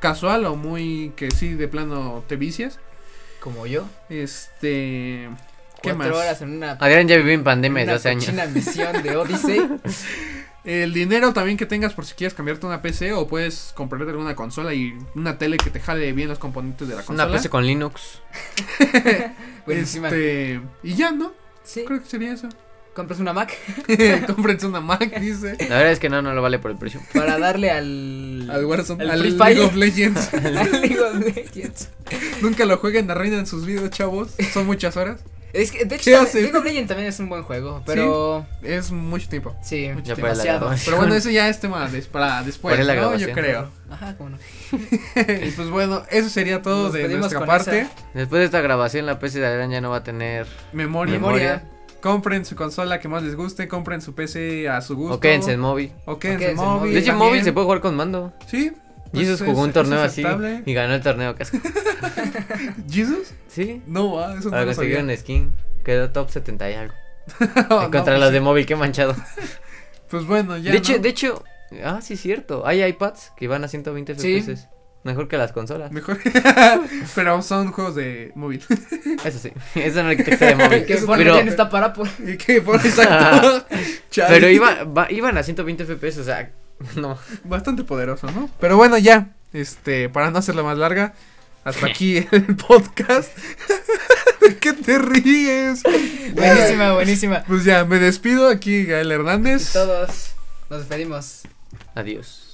[SPEAKER 1] casual o muy que sí de plano te vicias.
[SPEAKER 3] Como yo.
[SPEAKER 1] Este, ¿qué
[SPEAKER 3] cuatro
[SPEAKER 1] más?
[SPEAKER 3] horas en una.
[SPEAKER 2] Adrián ya vivió en pandemia
[SPEAKER 3] en
[SPEAKER 2] desde
[SPEAKER 3] una
[SPEAKER 2] hace años.
[SPEAKER 3] cochina misión de Odyssey.
[SPEAKER 1] El dinero también que tengas por si quieres cambiarte una PC o puedes comprarte alguna consola y una tele que te jale bien los componentes de la consola.
[SPEAKER 2] Una PC con Linux.
[SPEAKER 3] Buenísima.
[SPEAKER 1] Este, y ya, ¿no?
[SPEAKER 3] Sí.
[SPEAKER 1] Creo que sería eso.
[SPEAKER 3] compras una Mac
[SPEAKER 1] Cómprense una Mac, dice.
[SPEAKER 2] La verdad es que no, no lo vale por el precio.
[SPEAKER 3] para darle al.
[SPEAKER 1] Al Warzone,
[SPEAKER 3] Al
[SPEAKER 1] al
[SPEAKER 3] Free
[SPEAKER 1] League
[SPEAKER 3] Fire.
[SPEAKER 1] of Legends.
[SPEAKER 3] al League of Legends.
[SPEAKER 1] Nunca lo jueguen, arruinan sus vidas, chavos. Son muchas horas.
[SPEAKER 3] Es que, de hecho,
[SPEAKER 1] ¿Qué
[SPEAKER 3] también-
[SPEAKER 1] hace?
[SPEAKER 3] League of Legends también es un buen juego, pero.
[SPEAKER 1] Es mucho tiempo.
[SPEAKER 3] Sí,
[SPEAKER 1] Mucho
[SPEAKER 2] Ya para la
[SPEAKER 3] demasiado.
[SPEAKER 2] grabación.
[SPEAKER 1] Pero bueno, eso ya es tema des- para después,
[SPEAKER 2] Para la
[SPEAKER 1] ¿no? Yo
[SPEAKER 2] grabación.
[SPEAKER 1] creo.
[SPEAKER 3] Ajá, cómo no.
[SPEAKER 1] y pues bueno, eso sería todo
[SPEAKER 3] Nos
[SPEAKER 1] de
[SPEAKER 3] pedimos
[SPEAKER 1] nuestra
[SPEAKER 3] con
[SPEAKER 1] parte.
[SPEAKER 3] esa.
[SPEAKER 2] Después de esta grabación, la PC de Adrián ya no va a tener.
[SPEAKER 1] Memoria.
[SPEAKER 2] Memoria.
[SPEAKER 1] Compren su consola que más les guste, compren su PC a su gusto.
[SPEAKER 2] O quédense en móvil.
[SPEAKER 1] O quédense
[SPEAKER 3] O quédense en
[SPEAKER 1] en
[SPEAKER 3] móvil.
[SPEAKER 1] móvil.
[SPEAKER 2] De hecho, en
[SPEAKER 1] también.
[SPEAKER 2] móvil se puede jugar con mando.
[SPEAKER 1] Sí.
[SPEAKER 2] Jesus
[SPEAKER 1] eso
[SPEAKER 2] jugó
[SPEAKER 1] es-
[SPEAKER 2] un torneo
[SPEAKER 1] es
[SPEAKER 2] así
[SPEAKER 1] aceptable.
[SPEAKER 2] y ganó el torneo casco.
[SPEAKER 1] ¿Jesus?
[SPEAKER 2] Sí.
[SPEAKER 1] No, ah, eso no lo
[SPEAKER 2] Para conseguir
[SPEAKER 1] sabía.
[SPEAKER 2] un skin. Quedó top 70 y algo.
[SPEAKER 1] No, no,
[SPEAKER 2] Contra
[SPEAKER 1] pues
[SPEAKER 2] los
[SPEAKER 1] sí.
[SPEAKER 2] de móvil, qué manchado.
[SPEAKER 1] Pues bueno, ya.
[SPEAKER 2] de hecho,
[SPEAKER 1] ¿no?
[SPEAKER 2] de hecho. Ah, sí, cierto. Hay iPads que van a 120
[SPEAKER 3] Sí.
[SPEAKER 2] FPS. Mejor que las consolas.
[SPEAKER 1] Mejor. Pero son juegos de móvil.
[SPEAKER 2] Eso sí. Eso no es que de móvil.
[SPEAKER 3] Que
[SPEAKER 1] Eso
[SPEAKER 3] Fortnite
[SPEAKER 2] pero-
[SPEAKER 3] ya no está para pues, por.
[SPEAKER 1] ¿Y qué? Por exacto. Chale.
[SPEAKER 2] Pero iban, va- iban a 120 FPS, o sea. No.
[SPEAKER 1] Bastante poderoso, ¿no? Pero bueno, ya. Este, para no hacerla más larga, hasta aquí el podcast. ¿De qué te ríes?
[SPEAKER 3] Buenísima, buenísima.
[SPEAKER 1] Pues ya, me despido aquí, Gael Hernández.
[SPEAKER 3] Todos nos despedimos.
[SPEAKER 2] Adiós.